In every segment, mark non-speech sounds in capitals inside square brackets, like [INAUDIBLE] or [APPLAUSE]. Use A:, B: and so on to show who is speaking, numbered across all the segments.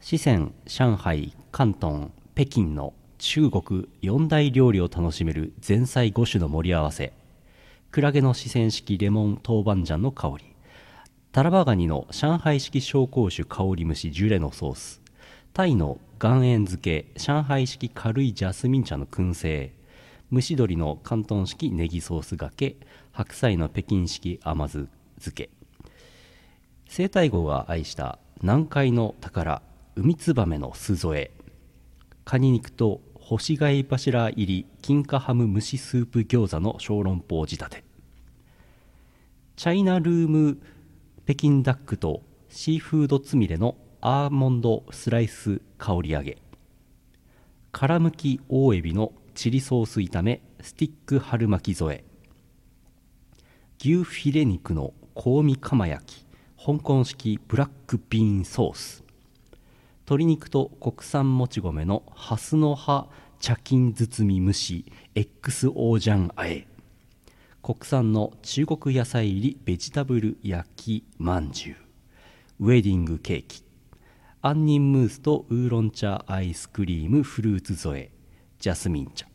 A: 四川上海広東北京の中国四大料理を楽しめる前菜5種の盛り合わせクラゲの四川式レモン豆板醤の香りタラバガニの上海式紹興酒香り蒸しジュレのソースタイの岩塩漬け上海式軽いジャスミン茶の燻製蒸し鶏の広東式ネギソースがけ白菜の北京式甘酢漬け西太后が愛した南海の宝海ツバメの酢添えカニ肉と干し貝柱入り金華ハム蒸しスープ餃子の小籠包仕立てチャイナルーム北京ダックとシーフードつみれのアーモンドスライス香り揚げ殻むき大エビのチリソース炒めスティック春巻き添え牛フィレ肉の香味釜焼き香港式ブラックビーンソース鶏肉と国産もち米のハスの葉茶巾包み蒸し XO ジャンあえ国産の中国野菜入りベジタブル焼きまんじゅうウェディングケーキ杏仁ムースとウーロン茶アイスクリームフルーツ添えジャスミン
B: [LAUGHS]
A: 茶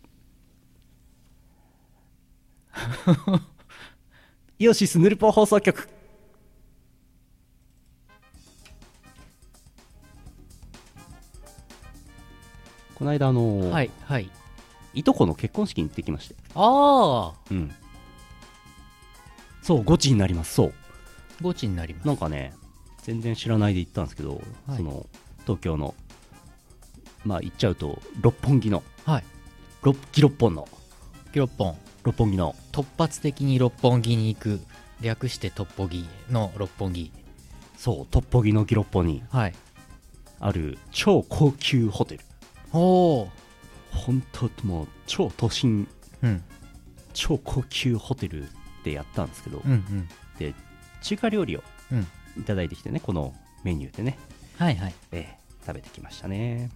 A: イオシスヌルポ放送局この間あのー
B: はいはい
A: いとこの結婚式に行ってきまして
B: ああ
A: うんそうゴチになりますそう
B: ゴチになります
A: なんかね全然知らないで行ったんですけど、
B: はい
A: その東京のまあ行っちゃうと六本木の
B: はい
A: 六木六本の
B: 6本
A: 六本木の
B: 突発的に六本木に行く略してトッポギの六本木
A: そうトッポギの木六本に
B: はい
A: ある超高級ホテル
B: おお
A: 本当もう超都心
B: うん
A: 超高級ホテルでやったんですけど、
B: うんうん
A: 中華料理を
B: うん
A: いただいてきてねこのメニューでね、
B: はいはい
A: ええ食べてきましたね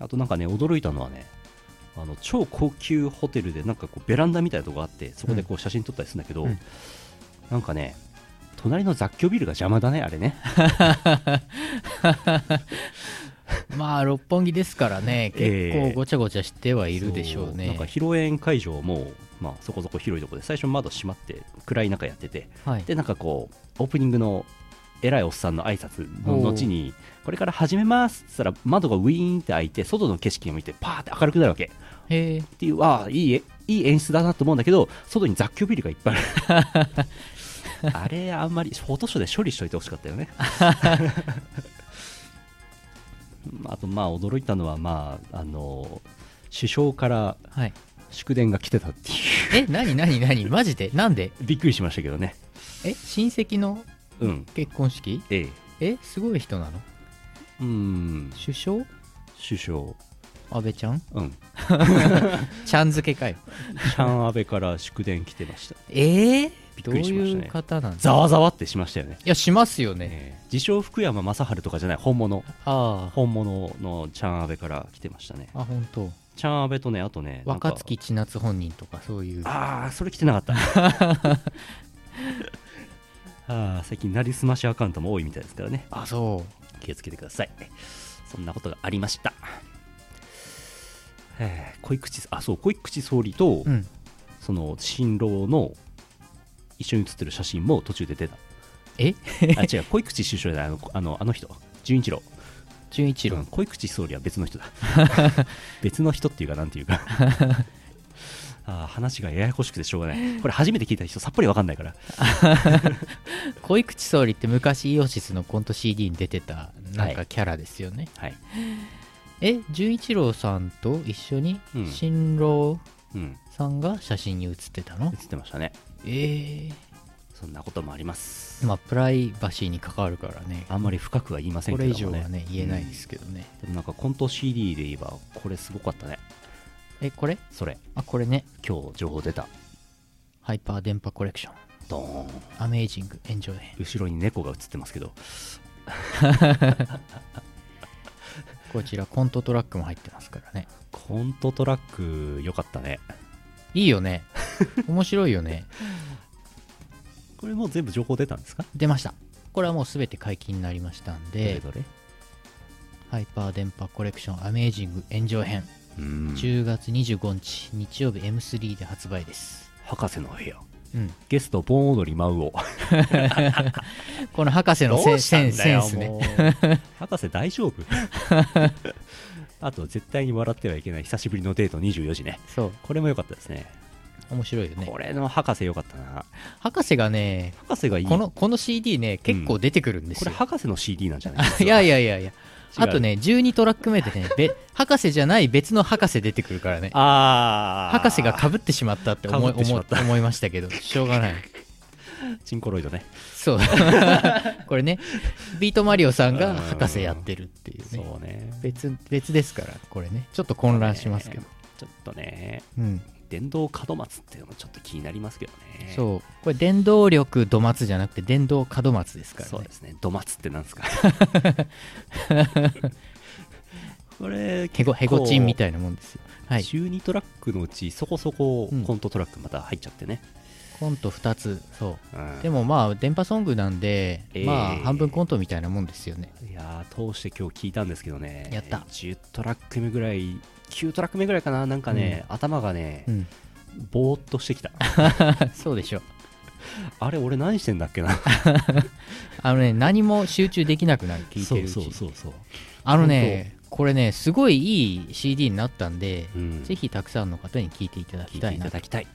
A: あとなんかね驚いたのはねあの超高級ホテルでなんかこうベランダみたいなとこがあってそこでこう写真撮ったりするんだけど、
B: うん
A: なんかね隣の雑居ビルが邪魔だねあれね
B: まあ六本木ですからね
A: [LAUGHS] ええ
B: 結構ごちゃごちゃして [LAUGHS] はいるでしょう
A: そうなん
B: ね
A: か披露宴会場も、まあ、そこそこ広いとこで最初窓閉まって暗い中やってて
B: はい
A: でなんかこうオープニングの偉いおっさんの挨拶の
B: おー
A: 後にこれから始めますっつったら窓がウィーンって開いて外の景色を見てパーって明るくなるわけ
B: へえ
A: っていうああいいえいい演出だなと思うんだけど外に雑居ビルがいっぱいあるあれあんまりフォトショーで処理しといてほしかったよね [LAUGHS] あとまあ驚いたのはまああの首相から
B: はい
A: 祝電が来てたってい
B: え何何何 [LAUGHS] マジでなんで
A: うびっくりしましたけどね
B: え親戚の
A: うん
B: 結婚式
A: ええ
B: えすごい人なの
A: うん
B: 首相
A: 首相
B: 安倍ちゃん
A: うん
B: ちゃん付けかよ
A: シャン安倍から祝電来てました
B: ええ
A: びっ
B: ど
A: く
B: う
A: りしましたね
B: いう方なんです
A: ざ
B: か
A: わざわってしましたよね、
B: いやしますよね
A: ええ自称福山雅治とかじゃない本物
B: あ
A: 本物のチャンアベから来てましたね
B: ああ本当
A: チャンアベとねあとねなんか
B: 若槻千夏本人とかそういう
A: ああそれ来てなかった
B: [LAUGHS]
A: あー最近なりすましアカウントも多いみたいですからね
B: あそ
A: 気をつけてくださいそんなことがありましたえー小井口あそう小井口総理と、
B: ううん
A: その新郎の一緒に写ってる写真も途中で出
B: [LAUGHS]
A: た
B: え
A: あ違う小井口首相じゃないあのあのあの人純一郎
B: 純一郎
A: うん小井口総理は別の
B: [LAUGHS]
A: 人だ別の人っていうかなんていうかあー話がややこしくてしょうがないこれ初めて聞いた人さっぱりわかんないから
B: 小井口総理って昔イオシスのコント CD に出てたなんかキャラですよね、
A: はい、
B: え純一郎さんと一緒に
A: うん
B: 新郎
A: うん、
B: さんが写真に写ってたの、
A: [LAUGHS] 映ってましたね
B: ええ
A: そんなこともあります、
B: まあプライバシーに関わるからね
A: あんまり深くは言いません
B: こ
A: け
B: れ
A: ど
B: 以
A: も
B: 上
A: ね
B: はね言えないですけどね、
A: でもなんかコント CD で言えばこれすごかったね
B: えこれ
A: それ
B: あこれね
A: 今日情報出た
B: ハイパー電波コレクション
A: ドーン
B: アメージングエンジョイ編
A: 後ろに猫が映ってますけど
B: こちらコントトラックも入ってますからね
A: コントトラック良かったね
B: いいよね面白いよね
A: これもう全部情報出たんですか
B: 出ましたこれはもう全て解禁になりましたんで
A: どれどれ
B: ハイパー電波コレクションアメージング炎上
A: う
B: 編、
A: ん
B: 10月25日日曜日 M3 で発売です、
A: 博士の部屋 [LAUGHS]
B: うん、
A: ゲスト盆踊り舞うを
B: この博士の
A: ど
B: セ
A: う
B: ン
A: した
B: セン
A: んだよ
B: スね
A: もう博士大丈夫 [LAUGHS] あと絶対に笑ってはいけない久しぶりのデート24時ね
B: [LAUGHS] そう
A: これも良かったですね
B: 面白いよね
A: これの博士良かったな
B: 博士がね
A: 博士がいい
B: このこの CD ね結構出てくるんです
A: こ
B: よ
A: れ、博士の CD なんじゃない
B: いやいやいやいや
A: 違う
B: あとね12トラック目で
A: [LAUGHS]
B: ねべ博士じゃない別の博士出てくるからね
A: ああ
B: 博士がかぶってしまったって思い
A: 被ってしま
B: 思
A: った
B: 思いましたけどしょうがない
A: チンコロイドね
B: そう [LAUGHS] これねビートマリオさんが博士やってるっていうね
A: そうね
B: 別別ですからこれねちょっと混乱しますけど、
A: ねちょっとね
B: うん
A: 電動門松っていうのもちょっと気になりますけどねう
B: そうこれ電動力土松じゃなくて電動門松ですから
A: そう
B: ね
A: ですね土松ってなんですか
B: [LAUGHS]
A: これ
B: へごへごちんみ
A: い
B: たいなもんですよはい
A: 12トラックのうちそこそこ
B: うん
A: コントトラックまた入っちゃってね、
B: コント2つそう
A: うん
B: でもまあ電波ソングなんで、
A: えー
B: まあ半分コントみたいなもんですよね
A: いやー通して今日聞いたんですけどね
B: やった
A: 10トラック目ぐらい9トラック目ぐらいかななんかね、頭がね、
B: うん
A: [LAUGHS] ぼーっとしてき
B: [LAUGHS]
A: た
B: そうでしょ
A: あれ俺何してんだっけな
B: あのね何も集中できなくなる聞いてるうち
A: そうそうそうそう
B: あのねこれねすごいいい CD になったんで、
A: うん
B: ぜひたくさんの方に聞いていただ
A: 聞
B: き
A: い
B: た
A: て
B: い
A: い
B: な
A: た
B: と
A: だきたい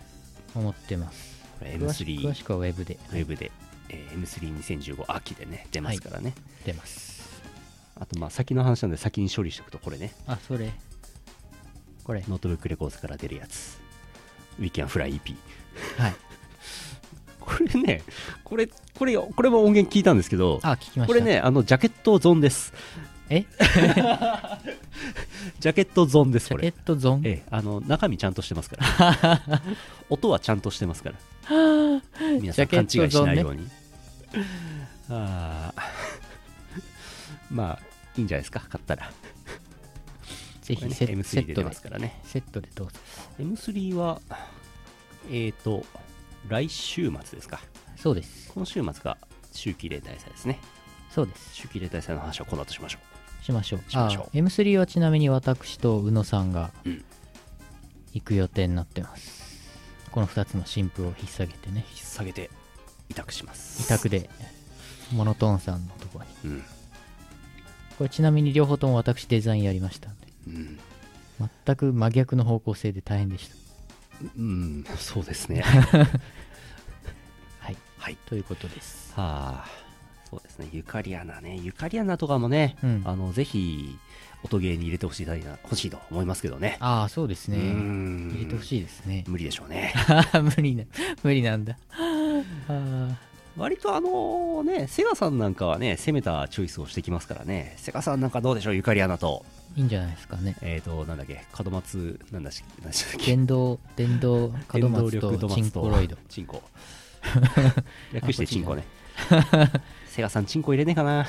B: 思ってます
A: これ
B: 詳し
A: M3
B: 詳しくはウェブで
A: ウェブで、えー M32015 秋でね出ますからね、
B: 出ます
A: あとまあ先の話なんで先に処理しておくとこれね
B: あそれ
A: [LAUGHS]
B: これ
A: ノートブックレコーズから出るやつウィキャンフライ EP
B: はい
A: これねこれこれこれも音源聞いたんですけど
B: あ聞きました
A: これねあのジャケットゾンです
B: え
A: ジャケットゾンです
B: ジ
A: こ
B: ャケ
A: れ
B: ットゾン
A: ええ、あの中身ちゃんとしてますから
B: [LAUGHS]
A: 音はちゃんとしてますから皆さん勘違い
B: ジャケット
A: し
B: ゾーン
A: な
B: ね
A: いように、ああ [LAUGHS] まあいいんじゃないですか買ったら
B: ぜ
A: これ
B: ひ
A: ね
B: セ,、セ
A: M3
B: ッ
A: で出
B: トで
A: ますからね
B: セットでどうぞ
A: M3 はえっ、と来週末ですか
B: そうです
A: 今週末が秋季例大祭ですね
B: そうです
A: 秋季例大祭の話はこの後しましょ
B: しましょう
A: しましょう
B: あ M3 はちなみに私と宇野さんが
A: うん
B: 行く予定になってます、この2つの新譜を引っ提げてね
A: う引っ提げて委託します
B: 委託でモノトーンさんのところに
A: うん、
B: これちなみに両方とも私デザインやりましたんで
A: うん
B: 全く真逆の方向性で大変でした
A: うん、そうです
B: [LAUGHS]
A: ね
B: はい
A: はい
B: ということです
A: はあそうですねゆかりアナねゆかりアナとかもね、
B: うん
A: あのぜひ音ゲーに入れてほしいな欲しいと思いますけどね
B: ああそうで
A: う
B: すね
A: ん
B: 入れてほしいですね
A: 無理でしょうね [LAUGHS]
B: [LAUGHS] 無理な無理なんだあー
A: 割とあのねセガさんなんかはね攻めたチョイスをしてきますからねセガさんなんかどうでしょうゆかりアナと
B: いいんじゃないですかね
A: えっ、となんだっけ門松なんだしなんだしたっけ
B: 電動電動門松とチンコロイド
A: チン [LAUGHS] コ略してチンコねセガさんチンコ入れねえかな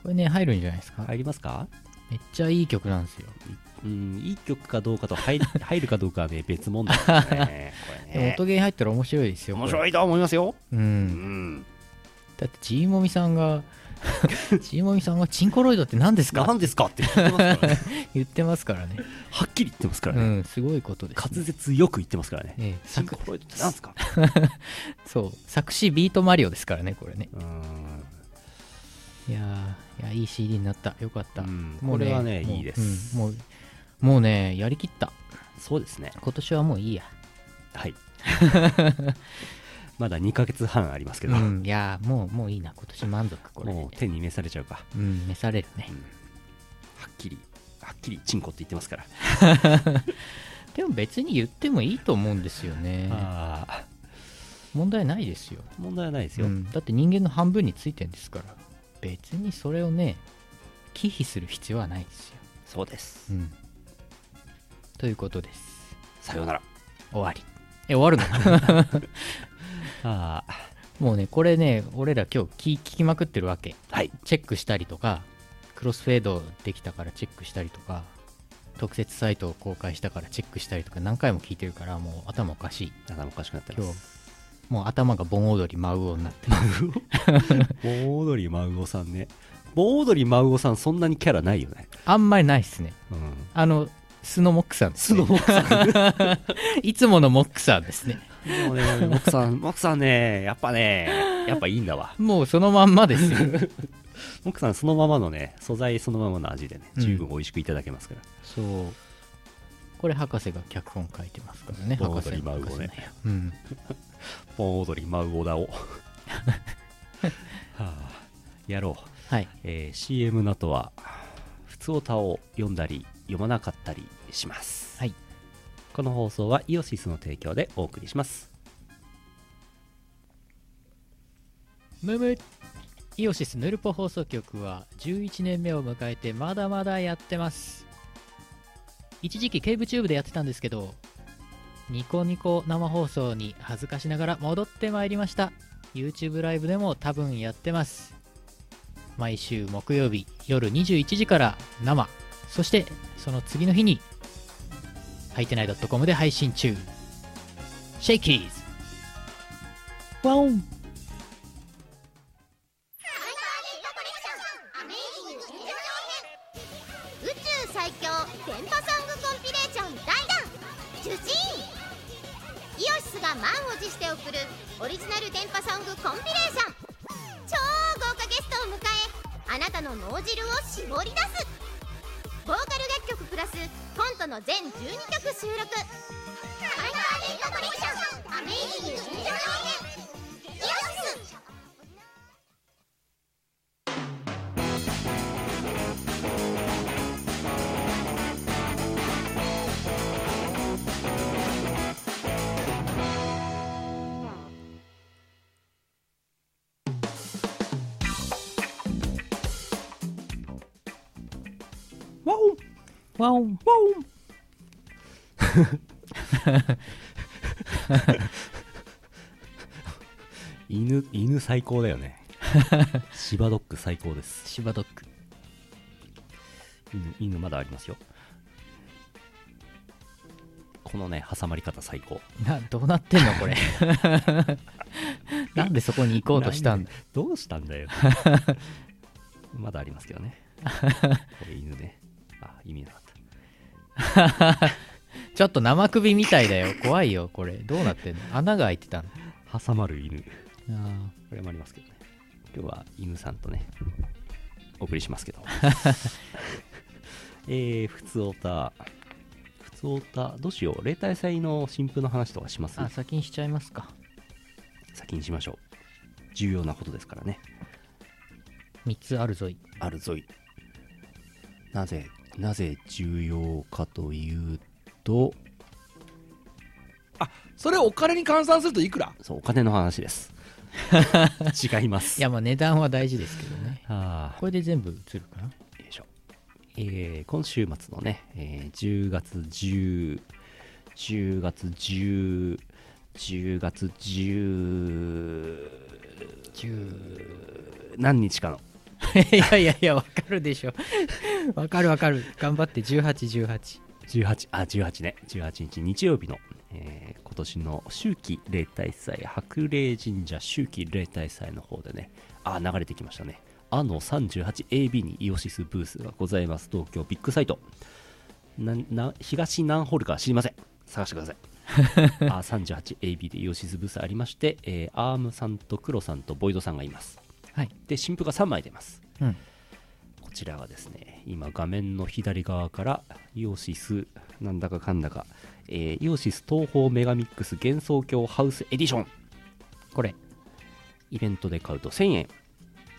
B: これね入るんじゃないですか、
A: 入りますか
B: めっちゃいい曲なんですよ
A: うん、いい曲かどうかと [LAUGHS] 入入るかどうかはね別問題ですね。これ
B: でも
A: ね
B: 音ゲー入ったら面白いですよ。
A: 面
B: い。
A: 白いと思いますよ。
B: う。
A: うんん。
B: だって、ジーモミさんが、 [LAUGHS] ジーモミさんが、チンコロイドって何ですか
A: 何ですかって言ってますからね。
B: 言ってますから [LAUGHS] ね。
A: はっきり言ってますから
B: う
A: ね。
B: ん、すごいことです、
A: 滑舌よく言ってますからね。
B: ええ
A: シン
B: 作
A: コロイドって何ですか
B: そう作詞ビートマリオですからねこれね
A: うん
B: いやーいやいい CD になったよかった、
A: うん
B: もう
A: これはね
B: もう
A: いいです
B: うんもうもうねやりきった
A: そうですね。
B: 今年はもういいや
A: はい。 [LAUGHS] まだ2ヶ月半ありますけど、
B: うんいやーもうもういいな今年満足これ
A: もう手に召されちゃうか。
B: うん召されるね
A: うんはっきり、はっきりチンコって言ってますから。
B: でも別に言ってもいいと思うんですよね
A: ああ、
B: 問題ないですよ
A: 問題はないですよ
B: う。んだって人間の半分についてんですから別にそれをね忌避する必要はないですよ、
A: そうです
B: う。ん、ということです
A: さようなら。
B: 終わりえ終わるの
A: ああ、
B: もうねこれね俺ら今日聞聞きまくってるわけ
A: はい。
B: チェックしたりとかクロスフェードできたからチェックしたりとか特設サイトを公開したからチェックしたりとか何回も聞いてるからもう頭おかしい
A: 頭おかしくなってま
B: 今
A: す
B: 日。もう頭が盆踊り舞うようになって
A: 盆踊りまうおさんね盆踊り真魚さんそんなにキャラないよね、
B: あんまりないっすね
A: うん、
B: あのスノモックさんです、
A: ス
B: ね、
A: ノモクさん
B: [LAUGHS] いつものモックさんですね
A: もうねモクさんモクさんねやっぱねやっぱいいんだわ
B: もうそのまんまです
A: [LAUGHS]
B: よ
A: モクさんそのままのね素材そのままの味でね
B: うん
A: 十分美味しくいただけますから、
B: そうこれ博士が脚本書いてますからね
A: 盆
B: 博
A: 踊り
B: 士
A: 真魚ね
B: 博士のうん
A: 盆踊り真魚だを [LAUGHS] はあやろう
B: はい
A: えー CM の後は普通歌を読んだり読まなかったりします、
B: はい
A: この放送はイオシスの提供でお送りします
B: ムムイオシスヌルポ放送局は11年目を迎えてまだまだやってます一時期ケーブルチューブでやってたんですけどニコニコ生放送に恥ずかしながら戻ってまいりました YouTube ライブでも多分やってます毎週木曜日夜21時から生そしてその次の日にはいてない .com で配信中シェイキーズワオン
C: 宇宙最強電波ソングコンピレーション第弾受信イオシスが満を持して送るオリジナル電波ソングコンピレーション超豪華ゲストを迎えあなたの脳汁を絞り出すボーカル楽曲プラスコントの全12曲収録ハイパー電波コレクションアメイジング純情編イオシス
A: ワオン
B: ワオン
A: ワオン [LAUGHS] 犬犬最高だよね芝ドッグ最高です
B: 芝ドッグ
A: 犬犬まだありますよこのね挟まり方最高
B: [LAUGHS] などうなってんのこれ [LAUGHS] なんでそこに行こうとしたんだ
A: どうしたん
B: [LAUGHS]
A: だよまだありますけどねこれ犬ねあ意味なかった
B: ちょっと生首みたいだよ怖いよこれどうなってんの穴が開いてたの
A: 挟まる犬
B: あ
A: これもありますけどね今日は犬さんとねお送りします
B: [LAUGHS]
A: けどえー、普通オタ普通オタどうしよう例大祭の新婦の話とかします
B: ーあ先にしちゃいますか
A: 先にしましょう重要なことですからね
B: 3つあるぞい
A: あるぞいなぜなぜ重要かというと
D: それをお金に換算するといくら
A: そうお金の話です
D: [LAUGHS]
A: 違います
B: いやまあ値段は大事ですけどね
A: はあ
B: これで全部映るかな
A: よいしょ、えー今週末のね、えー10月10 10月10 10月10 10何日かの
B: [LAUGHS] いやいやいやわかるでしょ [LAUGHS] わかるわかる頑張って1818
A: 18あ18ね18日日曜日の、えー今年の秋季例大祭白麗神社秋季例大祭の方でねあ流れてきましたねあの 38AB にイオシスブースがございます東京ビッグサイトなな東何ホールか知りません探してくださいあ 38AB でイオシスブースありまして、えーアームさんとクロさんとボイドさんがいます
B: はい
A: で新婦が3枚出ます
B: うん
A: こちらはですね、今画面の左側から、イオシス、なんだかかんだか、えーイオシス東方メガミックス幻想郷ハウスエディション。
B: これ
A: イベントで買うと1000円。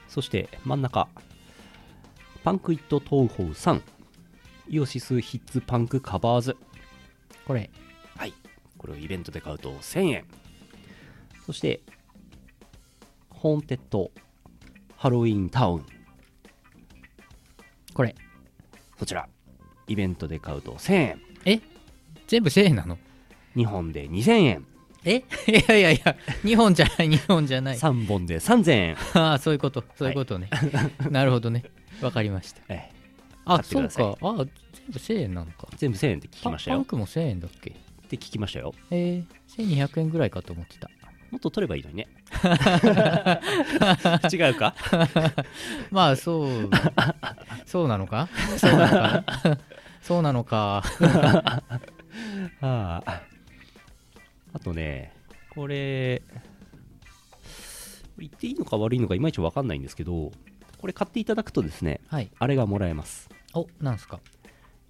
A: そして真ん中、パンクイット東方3、イオシスヒッツパンクカバーズ。
B: これ
A: はい。これをイベントで買うと1000円。そして、ホーンテッドハロウィンタウン。
B: これ
A: こちら、イベントで買うと1000円。
B: え全部1000円なの
A: 2本で2000円、
B: え [LAUGHS] いやいやいや2本じゃない2本じゃない
A: 3本で3000円、
B: [LAUGHS] ああそういうことそういうことね、 [LAUGHS] なるほどねわかりました
A: ええ [LAUGHS] 買
B: あ
A: ってく
B: そう
A: ださい
B: かあ全部1000円なのか
A: 全部1000円って聞きました
B: パン
A: よ
B: クも1000円だっけ
A: って聞きましたよ
B: えー、1200円ぐらいかと思ってた [LAUGHS]
A: もっと取ればいいのにね違うか
B: まあそうそうな
A: [LAUGHS]
B: のかそうなのか [LAUGHS] そうなのか
A: あああとねこれ言っていいのか悪いのかいまいち分かんないんですけどこれ買っていただくとですね
B: はい
A: あれがもらえます、
B: おなんすか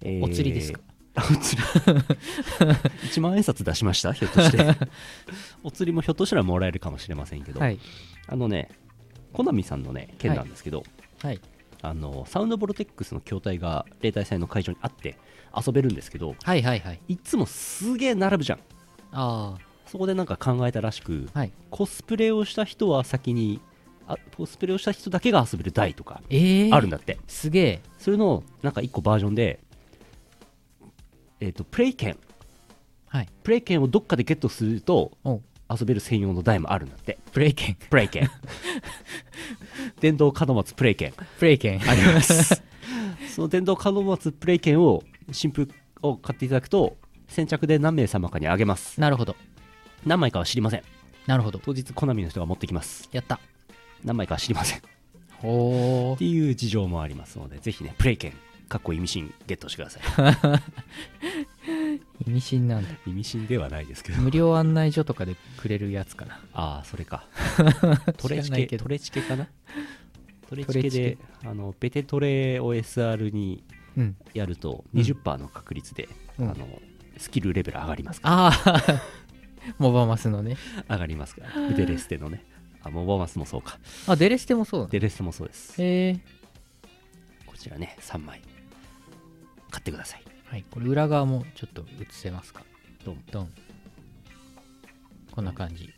A: えー
B: お釣りですか
A: あお釣り
B: [LAUGHS]
A: 1万円札出しましたひょっとして
B: [LAUGHS]
A: お釣りもひょっとしたらもらえるかもしれませんけど、
B: はい
A: あのねコナミさんのね件なんですけど、
B: はい
A: あのサウンドボルテックスの筐体が例大祭の会場にあって遊べるんですけど
B: はいはいはい
A: いつもすげえ並ぶじゃん
B: あ
A: そこでなんか考えたらしく
B: あはい
A: コスプレをした人は先にあコスプレをした人だけが遊べる台とか
B: ええ
A: あるんだって、
B: すげえ
A: それのなんか1個バージョンで、えっとプレイ券
B: はい
A: プレイ券をどっかでゲットすると
B: お
A: 遊べる専用の台もあるんだって
B: プレイ券
A: プレイ
B: [LAUGHS]
A: 券電動門松 [LAUGHS] プレイ券
B: プレイ券
A: あります [LAUGHS] その電動門松プレイ券を新風を買っていただくと先着で何名様かにあげます
B: なるほど
A: 何枚かは知りません
B: なるほど
A: 当日コナミの人が持ってきます
B: やった
A: 何枚かは知りません [LAUGHS]
B: ほ
A: っていう事情もありますので、ぜひね、プレイ券、かっこ意味深ゲットしてください。
B: [LAUGHS] ー意味深なんだ
A: 意味深ではないですけど。
B: 無料案内所とかでくれるやつかな
A: ああ、それ
B: [LAUGHS]
A: か。ト
B: 知
A: レ
B: ら
A: チ
B: ないけ
A: ケ、
B: ど
A: トレチケかなトレチ
B: トレ
A: ケ
B: チ
A: で
B: ケ、
A: あの、ベテトレを SR に
B: うん
A: やると
B: うん
A: 20%の確率で、
B: うん
A: あの、スキルレベル上がりますか
B: ああ [LAUGHS] モバマスのね
A: 上がりますから。デレステのね。あ、モバマスもそうか。
B: あデレステもそうなの
A: デレステもそうです。
B: へえ
A: こちらね、3枚。買ってください。
B: はいこれ裏側もちょっと映せますか
A: どうも。
B: ドンこんな感じ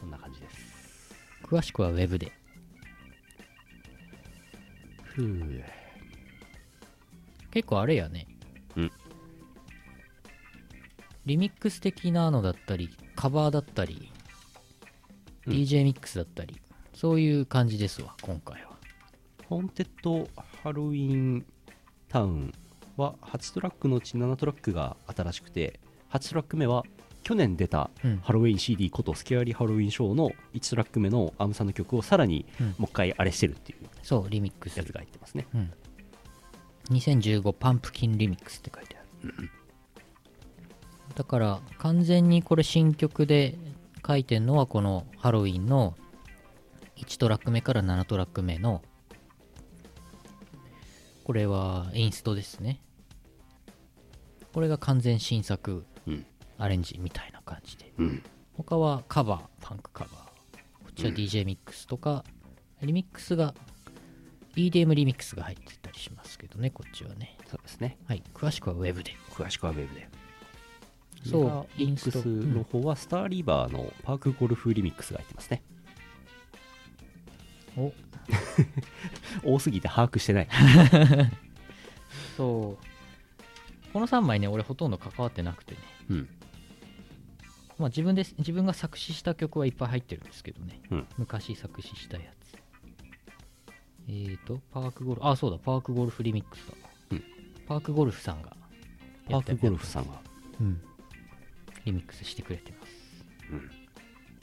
A: こんな感じです。
B: 詳しくはウェブで
A: ふう。
B: 結構あれやね
A: うん
B: リミックス的なのだったりカバーだったり
A: うん
B: DJ ミックスだったり、そういう感じですわ今回は
A: ホーンテッドハロウィンタウンは8トラックのうち7トラックが新しくて8トラック目は去年出た
B: うん
A: ハロウィン CD ことスケアリーハロウィンショーの1トラック目のアムさんの曲をさらに
B: うん
A: もう一回あれしてるっていう
B: そうリミックス
A: やつが入ってますね、
B: うん2015パンプキンリミックスって書いてあるだから完全にこれ新曲で書いてんのはこのハロウィンの1トラック目から7トラック目のこれはインストですねこれが完全新作
A: うん
B: アレンジみたいな感じで
A: うん
B: 他はカバーパンクカバーこっちは DJ ミックスとか、リミックスが EDM リミックスが入ってたりしますけどねこっちはね
A: そうですね
B: はい詳しくはウェブで
A: 詳しくはウェブで
B: そう
A: イ
B: イ
A: ン
B: ン
A: ク
B: ス
A: ス
B: ト
A: の方はスターリーバーのパークゴルフリミックスが入ってますね
B: お
A: 多すぎて把握してない
B: そうこの3枚ね俺ほとんど関わってなくてね
A: うん
B: まあ自分で自分が作詞した曲はいっぱい入ってるんですけどね、
A: うん
B: 昔作詞したやつえーとパークゴルフあそうだパークゴルフリミックスだ、
A: うん
B: パークゴルフさんが
A: パ
B: や
A: ー
B: った
A: クゴルフさんは
B: うん、リミックスしてくれてます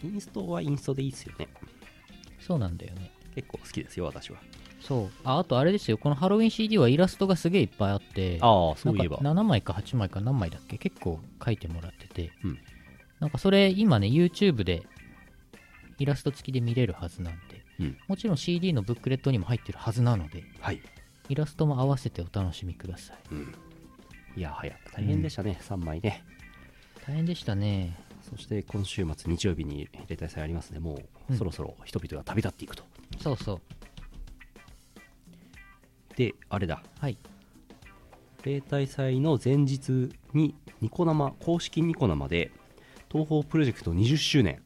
A: インストはインストでいいですよね
B: そうなんだよね
A: 結構好きですよ私は
B: そうああとあれですよこのハロウィン CD はイラストがすげえいっぱいあって
A: ああそ
B: なん
A: う
B: か
A: いえば
B: 7枚か8枚か何枚だっけ結構書いてもらってて、
A: うん
B: なんかそれ今ね YouTube でイラスト付きで見れるはずなんで、
A: うん
B: もちろん CD のブックレットにも入ってるはずなので
A: はい
B: イラストも合わせてお楽しみください
A: いやはや大変でしたね、3枚ね
B: 大変でしたね
A: そして今週末日曜日に例大祭ありますねも
B: う
A: うんそろそろ人々が旅立っていくと、
B: そうそう
A: であれだ
B: はい
A: 例大祭の前日にニコ生公式ニコ生で東宝プロジェクト20周年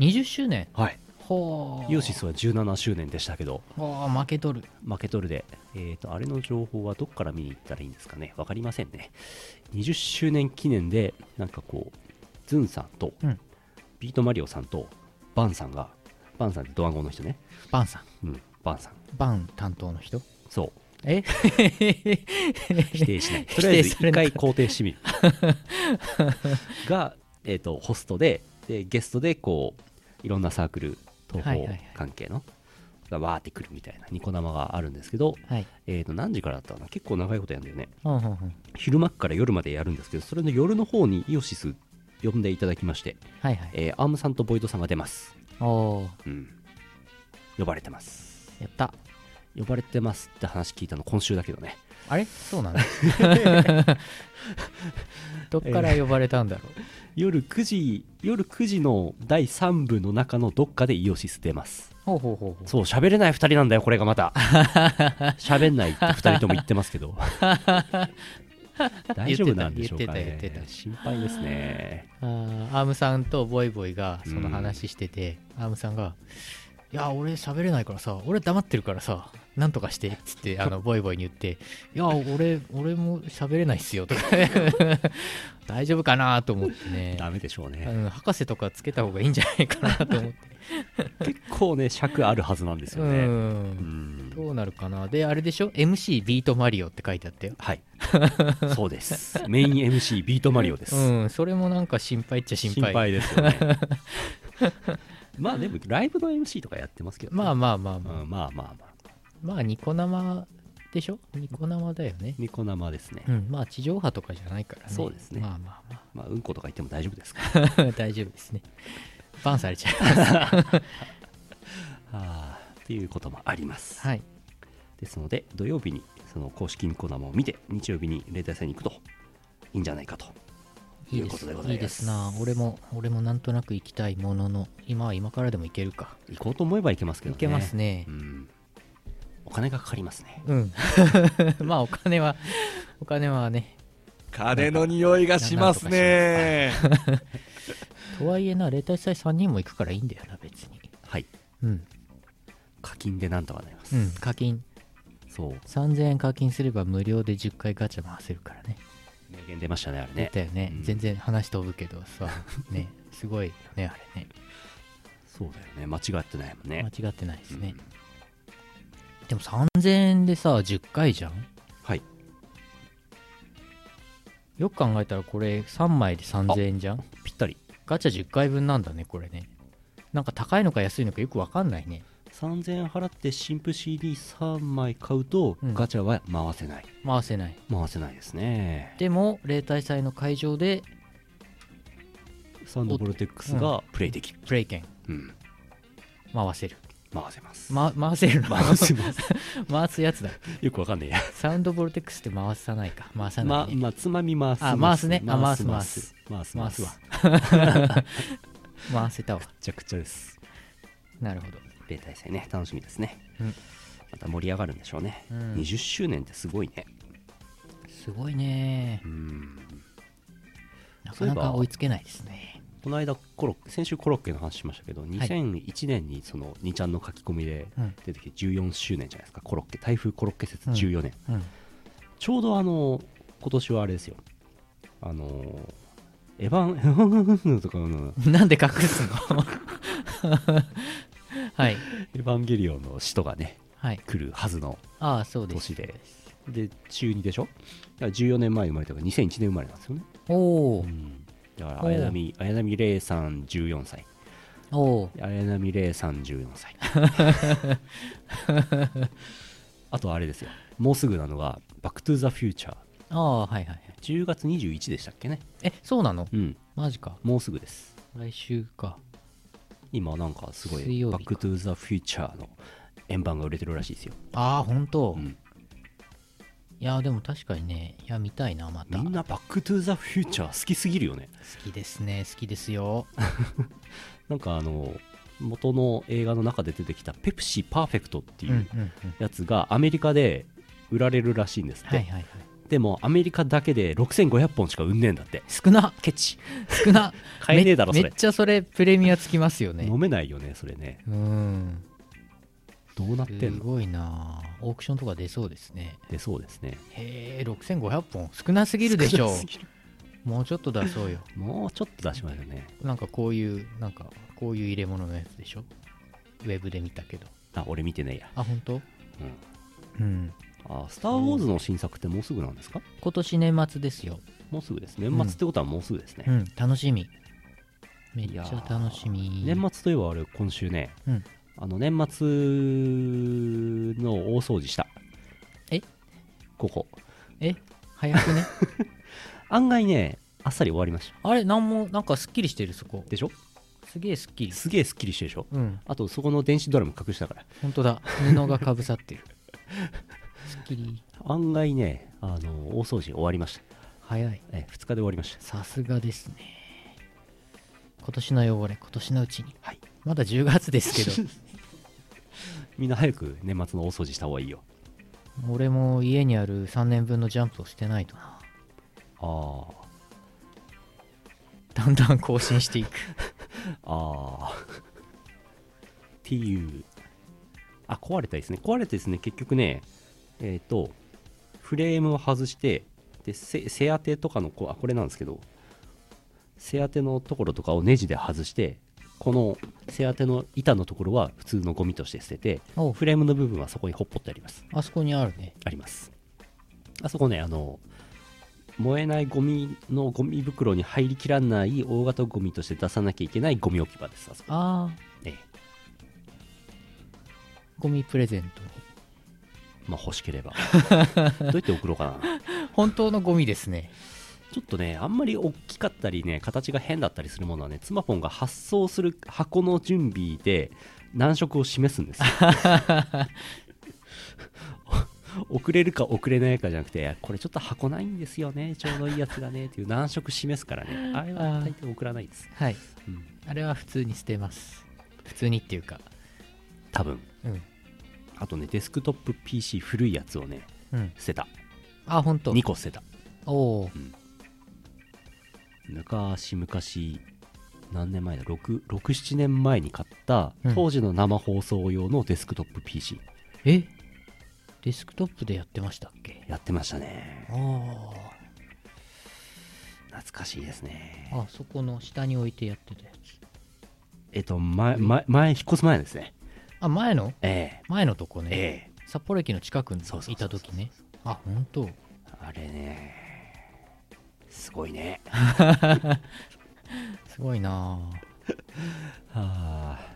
B: 20周年
A: はい
B: ほう
A: イオシスは17周年でしたけど
B: ほう負けとる
A: 負けとるでえっ、とあれの情報はどっから見に行ったらいいんですかねわかりませんね20周年記念でなんかこうズンさんと、
B: うん
A: ビートマリオさんとバンさんがバンさんってドワンゴの人ね
B: バンさん
A: うんバンさん
B: バン担当の人
A: そう
B: え
A: 否定
B: [LAUGHS]
A: しない。
B: 否定
A: とりあえず
B: され
A: 一
B: なか
A: 回
B: った
A: 肯定してみる。が、えっ、と、ホストで、でゲストでこういろんなサークル東
B: はいは
A: 宝
B: いはい
A: 関係のがわーってくるみたいなニコ生があるんですけど、
B: はい。
A: えー、と何時からだったかな結構長いことやるんだよね
B: ほんほんほん。
A: 昼間から夜までやるんですけどそれの夜の方にイオシス呼んでいただきまして、
B: はいはい。
A: えーアームさんとボイドさんが出ます、
B: おお
A: うん、呼ばれてます
B: ーやった。
A: 呼ばれてますって話聞いたの今週だけどね
B: あれそうなの [LAUGHS] どっから呼ばれたんだろう。
A: 夜9時夜9時の第3部の中のどっかでイオシス出ます
B: ほうほうほうほう。
A: そう喋れない2人なんだよこれがま
B: [LAUGHS]
A: た喋んないって2人とも言ってますけど大丈夫なんでしょうか
B: 言ってた言って
A: ね
B: た
A: 心配ですね
B: あーアームさんとボイボイがその話してて、アームさんが「いや俺喋れないからさ俺黙ってるからさなんとかして」っつってあの [LAUGHS] ボイボイに言って「いや俺俺も喋れないっすよ」と [LAUGHS] か大丈夫かなと思ってね
A: ダメでしょう
B: あ
A: ね
B: の博士とかつけた方がいいんじゃないかなと思って [LAUGHS]
A: 結構ね尺あるはずなんです
B: う
A: よねうんん
B: どうなるかなであれでしょ MC ビートマリオって書いてあったよ
A: はいそうですメイン MC ビートマリオです、
B: うんそれもなんか心配っちゃ心配
A: です
B: [LAUGHS]
A: よねまあでもライブの MC とかやってますけどね、
B: まあまあまあまあ、
A: うんまあまあまあ
B: まあニコ生でしょニコ生だよね
A: ニコ生ですね、
B: うん、まあ地上波とかじゃないからね。
A: そうですね
B: まあまあ
A: まあ、うんことか言っても大丈夫ですか
B: まあ、 [LAUGHS] 大丈夫ですね。バンされちゃい
A: [LAUGHS]
B: ます。
A: はあっていうこともあります、
B: はい。
A: ですので土曜日にその公式ニコ生を見て日曜日に例大祭に行くといいんじゃないかと
B: いい
A: いう
B: で
A: こと
B: す
A: でございます
B: いいですな。俺も、俺もなんとなく行きたいものの、今は今からでも行けるか。
A: 行こうと思えば行けますけど
B: 行
A: ね
B: けますね
A: う。んお金がかかりますね
B: うん。 [LAUGHS] まあお金は、お金はね。
D: 金の匂いがしますね
B: とはいえな、例大祭3人も行くからいいんだよな、別に。
A: はい
B: うん。
A: 課金でなんとかなります、
B: うん。課金。
A: そう
B: 3000円課金すれば無料で10回ガチャ回せるからね。
A: 名言出ましたねあれ
B: だ
A: ね
B: よね。
A: うん
B: 全然話飛ぶけど
A: [LAUGHS]
B: さ、ね。すごいよね、あれね。
A: そうだよね間違ってないもんね、
B: 間違ってないです
A: う
B: ね、
A: ん
B: でも3000円でさ10回じゃん
A: はい
B: よく考えたらこれ3枚で3000円じゃん
A: ぴったり
B: ガチャ10回分なんだねこれねなんか高いのか安いのかよくわかんないね
A: 3000円払って新婦 CD3 枚買うと
B: うん
A: ガチャは回せない、
B: 回せない
A: 回せないですね
B: でも例大祭の会場で
A: サンドボルテックスがプレイできる、
B: プレイ券
A: うん、
B: 回せる、
A: 回せます、
B: ま、回せるの
A: 回せます
B: [LAUGHS] 回すやつだ
A: よくわかんねえや
B: サウンドボルテックスって回さないか回さ
A: ま
B: ない、ね
A: まあ、つまみ回す
B: あ回すねあ回す
A: 回す
B: 回
A: 回す
B: すわ
A: わ
B: [LAUGHS] 回せたわ
A: めちゃくちゃです
B: なるほど
A: 例大祭ね楽しみですね、
B: うん
A: また盛り上がるんでしょうね、
B: うん
A: 20周年ってすごいね
B: すごいね
A: うん
B: なかなか追いつけないですね
A: この間コロッケ先週コロッケの話しましたけど2001年にその2ちゃんの書き込みで
B: うん
A: 出てきて14周年じゃないですかコロッケ台風コロッケ節14年、
B: うん
A: ちょうどあの今年はあれですよあのエヴァンエヴァンとかの
B: なん [LAUGHS] で隠すの [LAUGHS] はい。
A: エヴァンゲリオンの使徒がね
B: はい。
A: 来るはずの
B: ああ、そうです。
A: 年でで中2でしょだから14年前生まれたから2001年生まれなんですよね、
B: おお、
A: だから
B: おう
A: 綾波綾波レイさん14歳
B: おお
A: 綾波レイさん14歳
B: [LAUGHS]
A: あとあれですよもうすぐなのが「バック・トゥ・ザ・フューチャー
B: ああ、はいはいはい。」
A: 10月21でしたっけね
B: え、そうなの
A: うん
B: マジか。
A: もうすぐです
B: 来週か。
A: 今なんかすご
B: 水
A: い「
B: 曜日
A: バック・トゥ・ザ・フューチャー」の円盤が売れてるらしいですよ、
B: ああ、ほんと。
A: うん
B: いや、でも確かにね、いや、見たいな、また。
A: みん
B: 好
A: な「バック・トゥ・ザ・フューチャー」好きすぎるよね
B: きですね、好きですよ。
A: なんかあの元の映画の中で出てきた「ペプシパーフェクト」って
B: う
A: い
B: んうん
A: う
B: うん。
A: やつがアメリカで売られるらしいんですって、
B: はいはいはい。
A: でもアメリカだけで6500本しか売んねえんだって
B: 少な
A: ケチ [LAUGHS]
B: 少な
A: 買えねえだろ
B: め
A: それ
B: めっちゃそれ、プレミアつきますよね。
A: 飲めないよねそれね
B: うん。
A: どうなって
B: す
A: んの
B: ごいなオークションとか出そうですね。
A: でそうですね
B: へえ、6500本。少なすぎるでしょ
A: 少なすぎる
B: もうちょっと出そうよ。
A: [LAUGHS] もうちょっと出しましょうね
B: なんかこういう、なんかこういう入れ物のやつでしょウェブで見たけど。
A: あ俺見てねえや、
B: あ、本当？
A: うん
B: うん。
A: あスター・ウォーズの新作ってもうすぐなんですか
B: 今年年末ですよ。
A: もうすぐです年末ってことはもうすぐですね、
B: うん、楽しみ。めっちゃ楽しみ。
A: 年末といえばあれ今週ね、
B: うん
A: あの年末の大掃除した
B: え
A: ここ
B: え早
A: [LAUGHS]
B: くね。
A: 案外ねあっさり終わりました
B: あれ、なんも、なんかすっきりしてる、そこ。
A: でしょ
B: すげえすっきり。
A: すげえスッキリしてるでしょ
B: うん、
A: あとそこの電子ドラム隠したから
B: 本当だ。布がかぶさ
A: [LAUGHS]
B: ってる。すっきり。
A: 案外ねあの大掃除終わりました
B: 早い。
A: え2日で終わりました
B: さすがですね。今年の汚れ、今年のうちに。
A: はい
B: まだ10月ですけ
A: [LAUGHS]
B: ど、
A: みんな早く年末の大掃除した方がいいよ
B: 俺も家にある3年分のジャンプをしてないとな。
A: あ
B: だんだん更
A: [LAUGHS]
B: 新していく。
A: ーあー [LAUGHS] っていうあ壊れたですね壊れたですね結局ねえっ、とフレームを外してで背背当てとかのこうあこれなんですけど背当てのところとかをネジで外してこの背当ての板のところは普通のゴミとして捨てて
B: お
A: フレームの部分はそこにほっぽってあります
B: あそこにあるね。
A: ありますあそこねあの燃えないゴミのゴミ袋に入りきらない大型ゴミとして出さなきゃいけないゴミ置き場ですあそこ、
B: ああ、
A: ええ
B: ゴミプレゼントに。
A: まあ、欲しければどうやって送ろうかな
B: 本当のゴミですね。
A: ちょっとねあんまり大きかったりね形が変だったりするものはねツマポンが発送する箱の準備で難色を示すんですよ遅れるか遅れないかじゃなくてこれちょっと箱ないんですよねちょうどいいやつがねっていう難色示すからねあれは大抵送らないです
B: はい。
A: うん
B: あれは普通に捨てます。普通にっていうか。
A: 多分
B: うん。
A: あとねデスクトップ PC 古いやつをね
B: うん。
A: 捨てた
B: あ、本当
A: 2。個捨てた
B: おお。
A: 昔昔何年前だ67年前に買った
B: うん
A: 当時の生放送用のデスクトップ PC
B: えデスクトップでやってましたっけ
A: やってましたね
B: あー
A: 懐かしいですね
B: あそこの下に置いてやってたやつ。
A: えっと前前前引っ越す前ですね
B: あ、前の
A: え
B: 前のとこね。
A: えええ
B: 札幌駅の近くに
A: そうそう
B: い
A: そう
B: た
A: そう
B: 時ね。あ、本当。
A: あれねすごいね
B: [LAUGHS] すごいなあ
A: はあ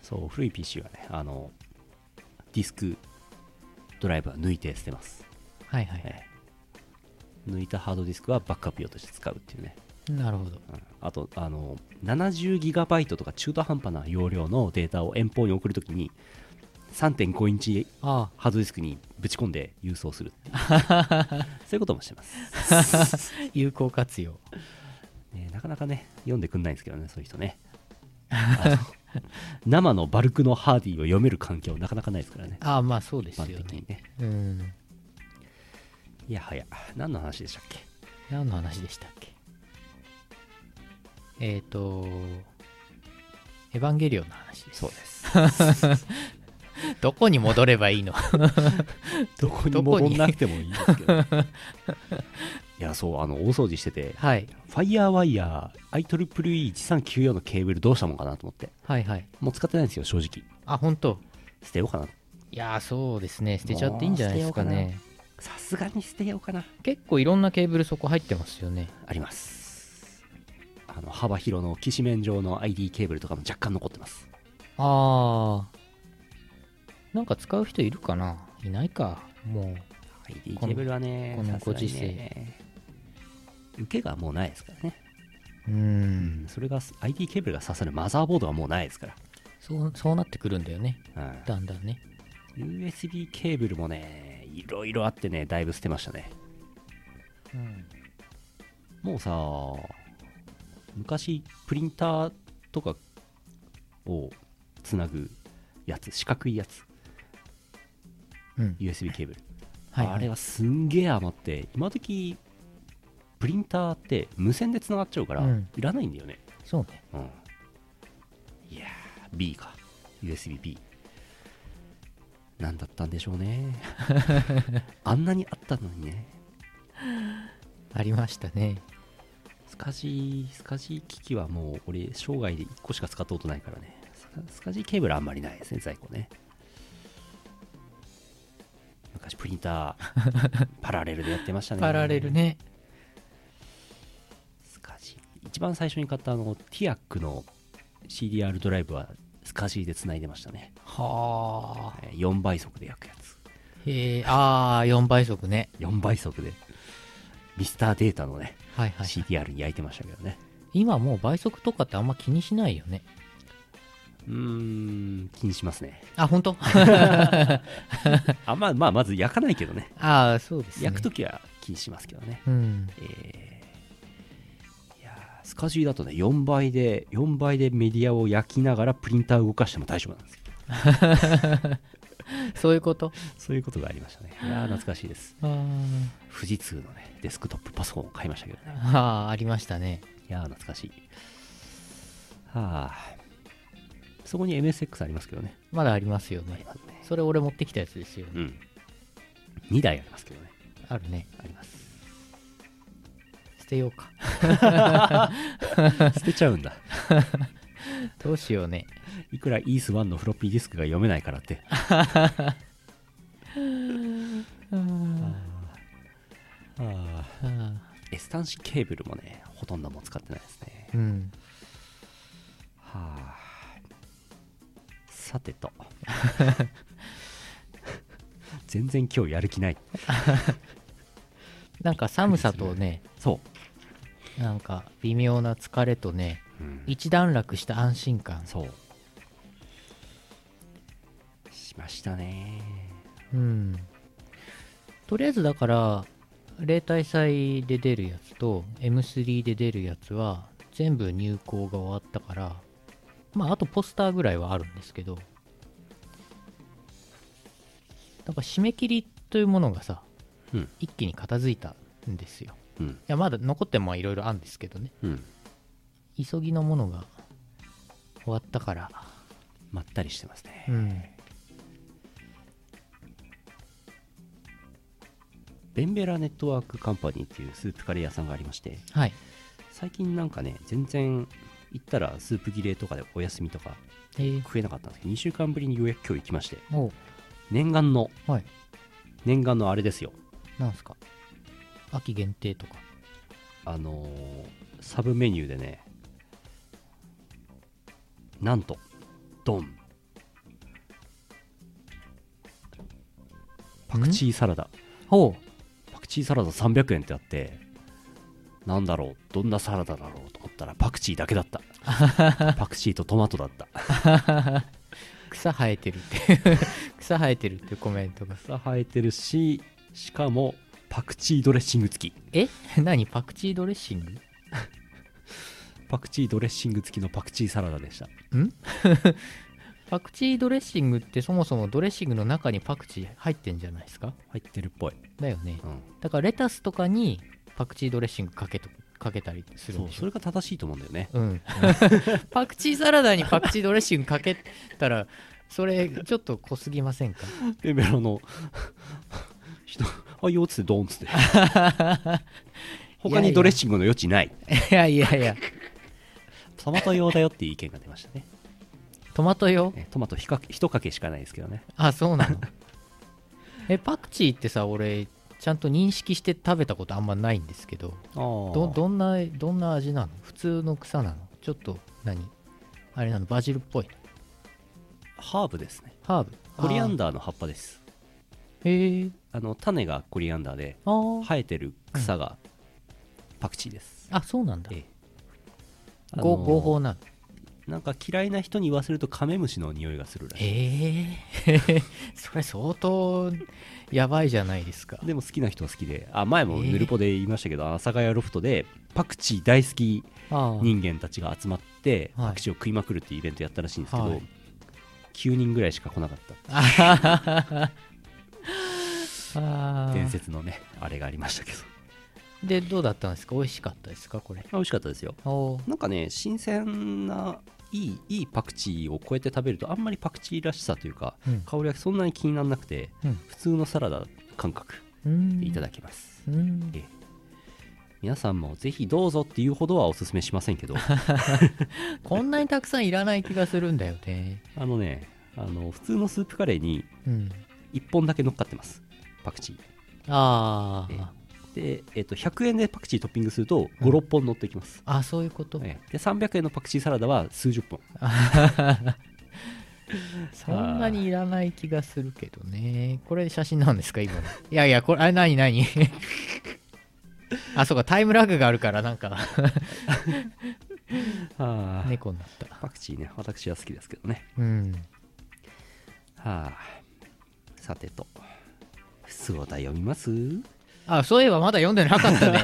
A: そう古い PC はねあのディスクドライブは抜いて捨てます、
B: はいはい。
A: ええ抜いたハードディスクはバックアップ用として使うっていうね、
B: なるほど。
A: うんあとあの 70GB とか中途半端な容量のデータを遠方に送るときに3.5インチ
B: あ
A: ハードディスクにぶち込んで郵送するっ
B: [LAUGHS]
A: ていうそういうこともしてます、
B: あ、有効活用。
A: ねなかなかね読んでくんないんですけどねそういう人ねあ
B: [LAUGHS]
A: の生のバルクのハーディを読める環境なかなかないですからね
B: ああ、まあそうで
A: 一
B: す
A: 般
B: よ
A: 的
B: ね。
A: にね
B: うん。
A: いやはや何の話でしたっけ
B: 何の話でしたっけえっ、と、エヴァンゲリオンの話です。
A: そうです。
B: どこに戻ればいいの
A: [LAUGHS]
B: [LAUGHS]
A: どこに
B: どこ
A: 戻
B: に
A: んなくてもいいんですけど。
B: [LAUGHS]
A: いや、そう、あの、大掃除してて、
B: はい。
A: ファイヤーワイヤー、IEEE1394 のケーブルどうしたもんかなと思って。
B: はいはい。
A: もう使ってないんですよ、正直。
B: あ、本当
A: 捨てようかな。
B: いやー、そうですね。捨てちゃっていいんじゃないですか
A: もう捨て
B: ね。
A: さすがに捨てようかな。
B: 結構いろんなケーブルそこ入ってますよね。
A: あります。あの、幅広の、きしめん状の ID ケーブルとかも若干残ってます。
B: あー。なんか使う人いるかないないか。も
A: ID ケ
B: この
A: ーブルはね、
B: この
A: さすがに
B: ご時
A: ね受けがもうないですからね。
B: う。う
A: うん
B: ん。
A: それが、ID ケーブルが刺さるマザーボードはもうないですから。
B: そう、そうなってくるんだよね。
A: うん
B: だんだんね。
A: USB ケーブルもねいろいろあってねだいぶ捨てましたね
B: うん。
A: もうさ昔プリンターとかをつなぐやつ四角いやつ
B: うん。
A: USB ケーブル、
B: はい、はい。
A: あれはすんげえ余って今時プリンターって無線でつながっちゃうから、
B: うん
A: いらないんだよね、
B: そうね。
A: うん、いやー B か USBB なんだったんでしょう
B: [LAUGHS]
A: ねあんなにあったのにね
B: ありましたね。
A: スカジー、スカジー機器はもう俺、生涯で1個しか使ったことないからね。スカスカジーケーブルあんまりないですね、在庫ね。昔プリンター、パラレルでやってましたね。
B: パラレル。ね。
A: スカジー、一番最初に買ったあのティアックの CDR ドライブはスカシーで繋いでましたね、
B: はあ。
A: えー4倍速で焼くやつ
B: へえ、ああ、4倍速ね。
A: 4倍速でミスターデータのね
B: はいはい。
A: CDR に焼いてましたけどね
B: 今もう倍速とかってあんま気にしないよね。
A: うーん気にしますね
B: あ、本当
A: あまあまあまず焼かないけどね
B: [LAUGHS] ああ、そうですね。
A: 焼くときは気にしますけどね
B: うん。
A: えーいやースカジーだとね4倍で4倍でメディアを焼きながらプリンターを動かしても大丈夫なんですよ
B: そういうこと
A: そういうことがありましたねいやー懐かしいです
B: あー
A: 富士通のねデスクトップパソコンを買いましたけどね
B: あー、ありましたね。
A: いやー懐かしいはあそこに MSX ありますけどね
B: まだありますよね。
A: ますね
B: それ俺持ってきたやつですよ
A: う
B: ね。
A: ん2台ありますけどね
B: あるね。
A: あります
B: 捨てようか。
A: 捨てちゃうんだ
B: どうしようね。
A: いくらイース1のフロッピーディスクが読めないからってあ
B: あー
A: ー S 端子ケーブルもねほとんどもう使ってないですね
B: うん。
A: はあ、さてと全然今日やる気ない
B: なんか寒さとね、
A: そ
B: なんか微妙な疲れとね、
A: う、うん、
B: 一段落した安心感。
A: そうしましたね
B: うん。とりあえずだから、例大祭で出るやつと M3 で出るやつは全部入稿が終わったから、まああとポスターぐらいはあるんですけど、なんか締め切りというものがさ、
A: うん
B: 一気に片付いたんですよ。
A: うん
B: いやまだ残ってもいろいろあるんですけどね、
A: うん
B: 急ぎのものが終わったから、
A: まったりしてますね、
B: うん。
A: ベンベラネットワークカンパニーっていうスープカレー屋さんがありまして
B: はい。
A: 最近なんかね全然行ったらスープ切れとかでお休みとか
B: えー、
A: 食えなかったんですけど2週間ぶりにようやく今日行きまして
B: おう
A: 念願の
B: はい。
A: 念願のあれですよ
B: なんすか秋限定とか。
A: あのーサブメニューでねなんとドンパクチーサラダ
B: ほ
A: パクチーサラダ300円ってあってなんだろうどんなサラダだろうと思ったらパクチーだけだった [LAUGHS] パクチーとトマトだった
B: う。草生えてるっていう草生えてるっていうコメントが。
A: 草生えてるししかもパクチードレッシング付き
B: え [LAUGHS] 何パクチードレッシング
A: パクチードレッシング付きのパクチーサラダでした
B: んパクチードレッシングってそもそもドレッシングの中にパクチー入ってんじゃないですか
A: 入ってるっぽい、
B: だよね
A: う。ん、
B: だからレタスとかにパクチードレッシングかけとかけたりするん
A: そ
B: で
A: う
B: し
A: そ
B: ょ
A: れが正しいと思うんだよね [LAUGHS]
B: うん、パクチーサラダにパクチードレッシングかけたらそれちょっと濃すぎませ
A: [LAUGHS]
B: んか
A: レベロの [LAUGHS] 人、あ、いいよっつってドーンっ [LAUGHS] つって。他にドレッシングの余地ない。
B: いやいやいや
A: トマト用だよっていう意見が出ましたね。
B: トマト用
A: えトマトひか一かけしかないですけどね。
B: あそうなのえパクチーってさ俺ちゃんと認識して食べたことあんまないんですけど
A: ああ
B: どどんなどんな味なの普通の草なのちょっと何あれなのバジルっぽいの
A: ハーブですね。
B: ハーブ
A: コリアン
B: ダ
A: ダーの葉っぱです。
B: へえ
A: あの、種がコリアンダーで、
B: あー
A: 生えてる草がパクチーです。
B: あそうなんだ
A: ええあの
B: ご合法なの
A: なんか嫌いな人に言わせるとカメムシの匂いがするらしい。
B: ええ [LAUGHS] それ相当やばいじゃないですか。
A: でも好きな人は好きで、あ、前もヌルポで言いましたけど、阿佐ヶ谷ロフトでパクチー大好き
B: あ
A: 人間たちが集まって
B: はい
A: パクチーを食いまくるっていうイベントやったらしいんですけど、
B: はい
A: 9人ぐらいしか来なかったって
B: あ
A: 伝
B: ー
A: 説のねあれがありましたけど
B: で、どうだったんですか美味しかったですかこれ。
A: 美味しかったですよ
B: おー
A: なんかね新鮮ないいいいパクチーをこうやって食べるとあんまりパクチーらしさというか
B: うん
A: 香りがそんなに気にならなくて、
B: うん
A: 普通のサラダ感覚
B: うん
A: でいただきます、
B: うん
A: ええ皆さんもぜひどうぞっていうほどはおすすめしません
B: [LAUGHS]
A: けど
B: こんなにたくさんいらない気がするんだよね。
A: あのねあの普通のスープカレーに
B: うん、
A: 1本だけ乗っかってますパクチー
B: ああ、
A: ええで、えっと100円でパクチートッピングすると56本乗ってきます、
B: あそういうこと、
A: ええで300円のパクチーサラダは数十本
B: そんなにいらない気がするけどねこれ写真なんですか今のいやいやこれあれ何何 [LAUGHS] あそうかタイムラグがあるからなんか
A: はあ
B: 猫になった
A: パクチーね私は好きですけどね
B: うん
A: はあさてと普通お題読みます
B: あそういえばまだ読んでなかっ
A: [LAUGHS]
B: たね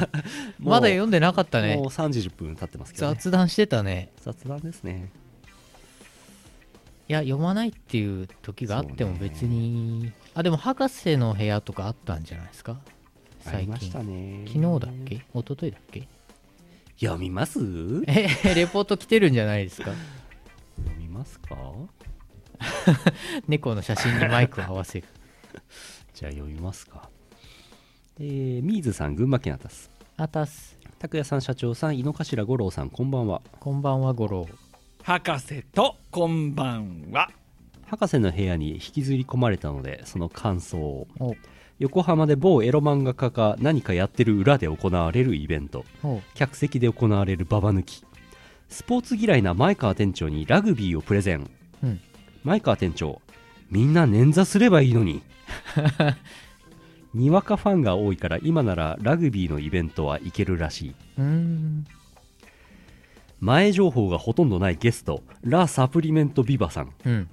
A: もう
B: まだ読んでなかったね
A: もう30分経ってますけど、ね、
B: 雑談してたね
A: 雑談ですね
B: いや読まないっていう時があっても
A: そうね
B: 別に、あでも博士の部屋とかあったんじゃないですか
A: あり
B: 最
A: ま
B: 近
A: した
B: 昨
A: ね
B: 日だっけ一昨日だっけ
A: 読みます読
B: えレポート来てるんじゃないですか
A: みますか
B: 猫の写真にマイクを合わせる
A: じゃあ読みますかえー、ミーズさん群馬県あたす
B: あたす
A: 拓也さん社長さん井の頭五郎さんこんばんは
B: こんばんは五郎
D: 博士とこんばんは
A: 博士の部屋に引きずり込まれたのでその感想を
B: お
A: 横浜で某エロ漫画家が何かやってる裏で行われるイベント
B: お
A: 客席で行われるババ抜きスポーツ嫌いな前川店長にラグビーをプレゼン
B: うん
A: 前川店長みんな捻挫すればいいの
B: [LAUGHS]
A: ににわかファンが多いから今ならラグビーのイベントはいけるらしいう
B: ーん
A: 前情報がほとんどないゲストラ・サプリメント・ビバさん
B: うん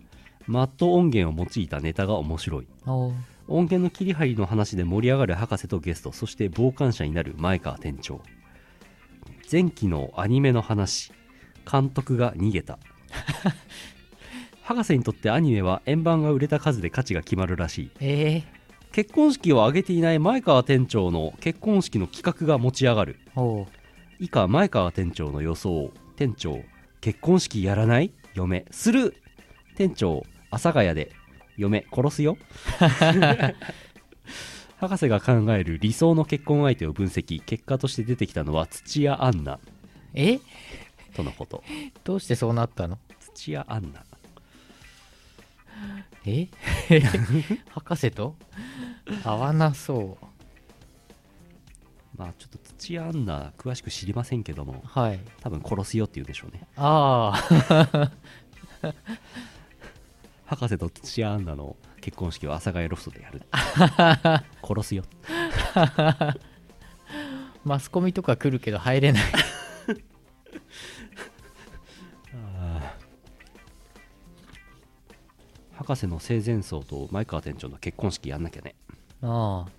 A: マット音源を用いたネタが面白い
B: お
A: 音源の切り張りの話で盛り上がる博士とゲストそして傍観者になる前川店長前期のアニメの話監督が逃げた博士にとってアニメは円盤が売れた数で価値が決まるらしい
B: え
A: 結婚式を挙げていない前川店長の結婚式の企画が持ち上がる
B: ー、お
A: 以下前川店長の予想店長結婚式やらない嫁する店長阿佐ヶ谷で嫁殺すよ [LAUGHS] 博士が考える理想の結婚相手を分析結果として出てきたのは土屋アンナ
B: え
A: とのこと
B: どうしてそうなったの
A: 土屋アンナ
B: [LAUGHS] え博士と合わなそう
A: まあちょっと土屋アンナ詳しく知りませんけども
B: はい
A: 多分殺すよって言うんでしょうね
B: ああ
A: 博士と土屋アンナの結婚式を阿佐ヶ谷ロフトでやる殺すよ
B: [LAUGHS] マスコミとか来るけど入れない
A: 博士の生前葬と前川店長の結婚式やんなきゃね
B: ああ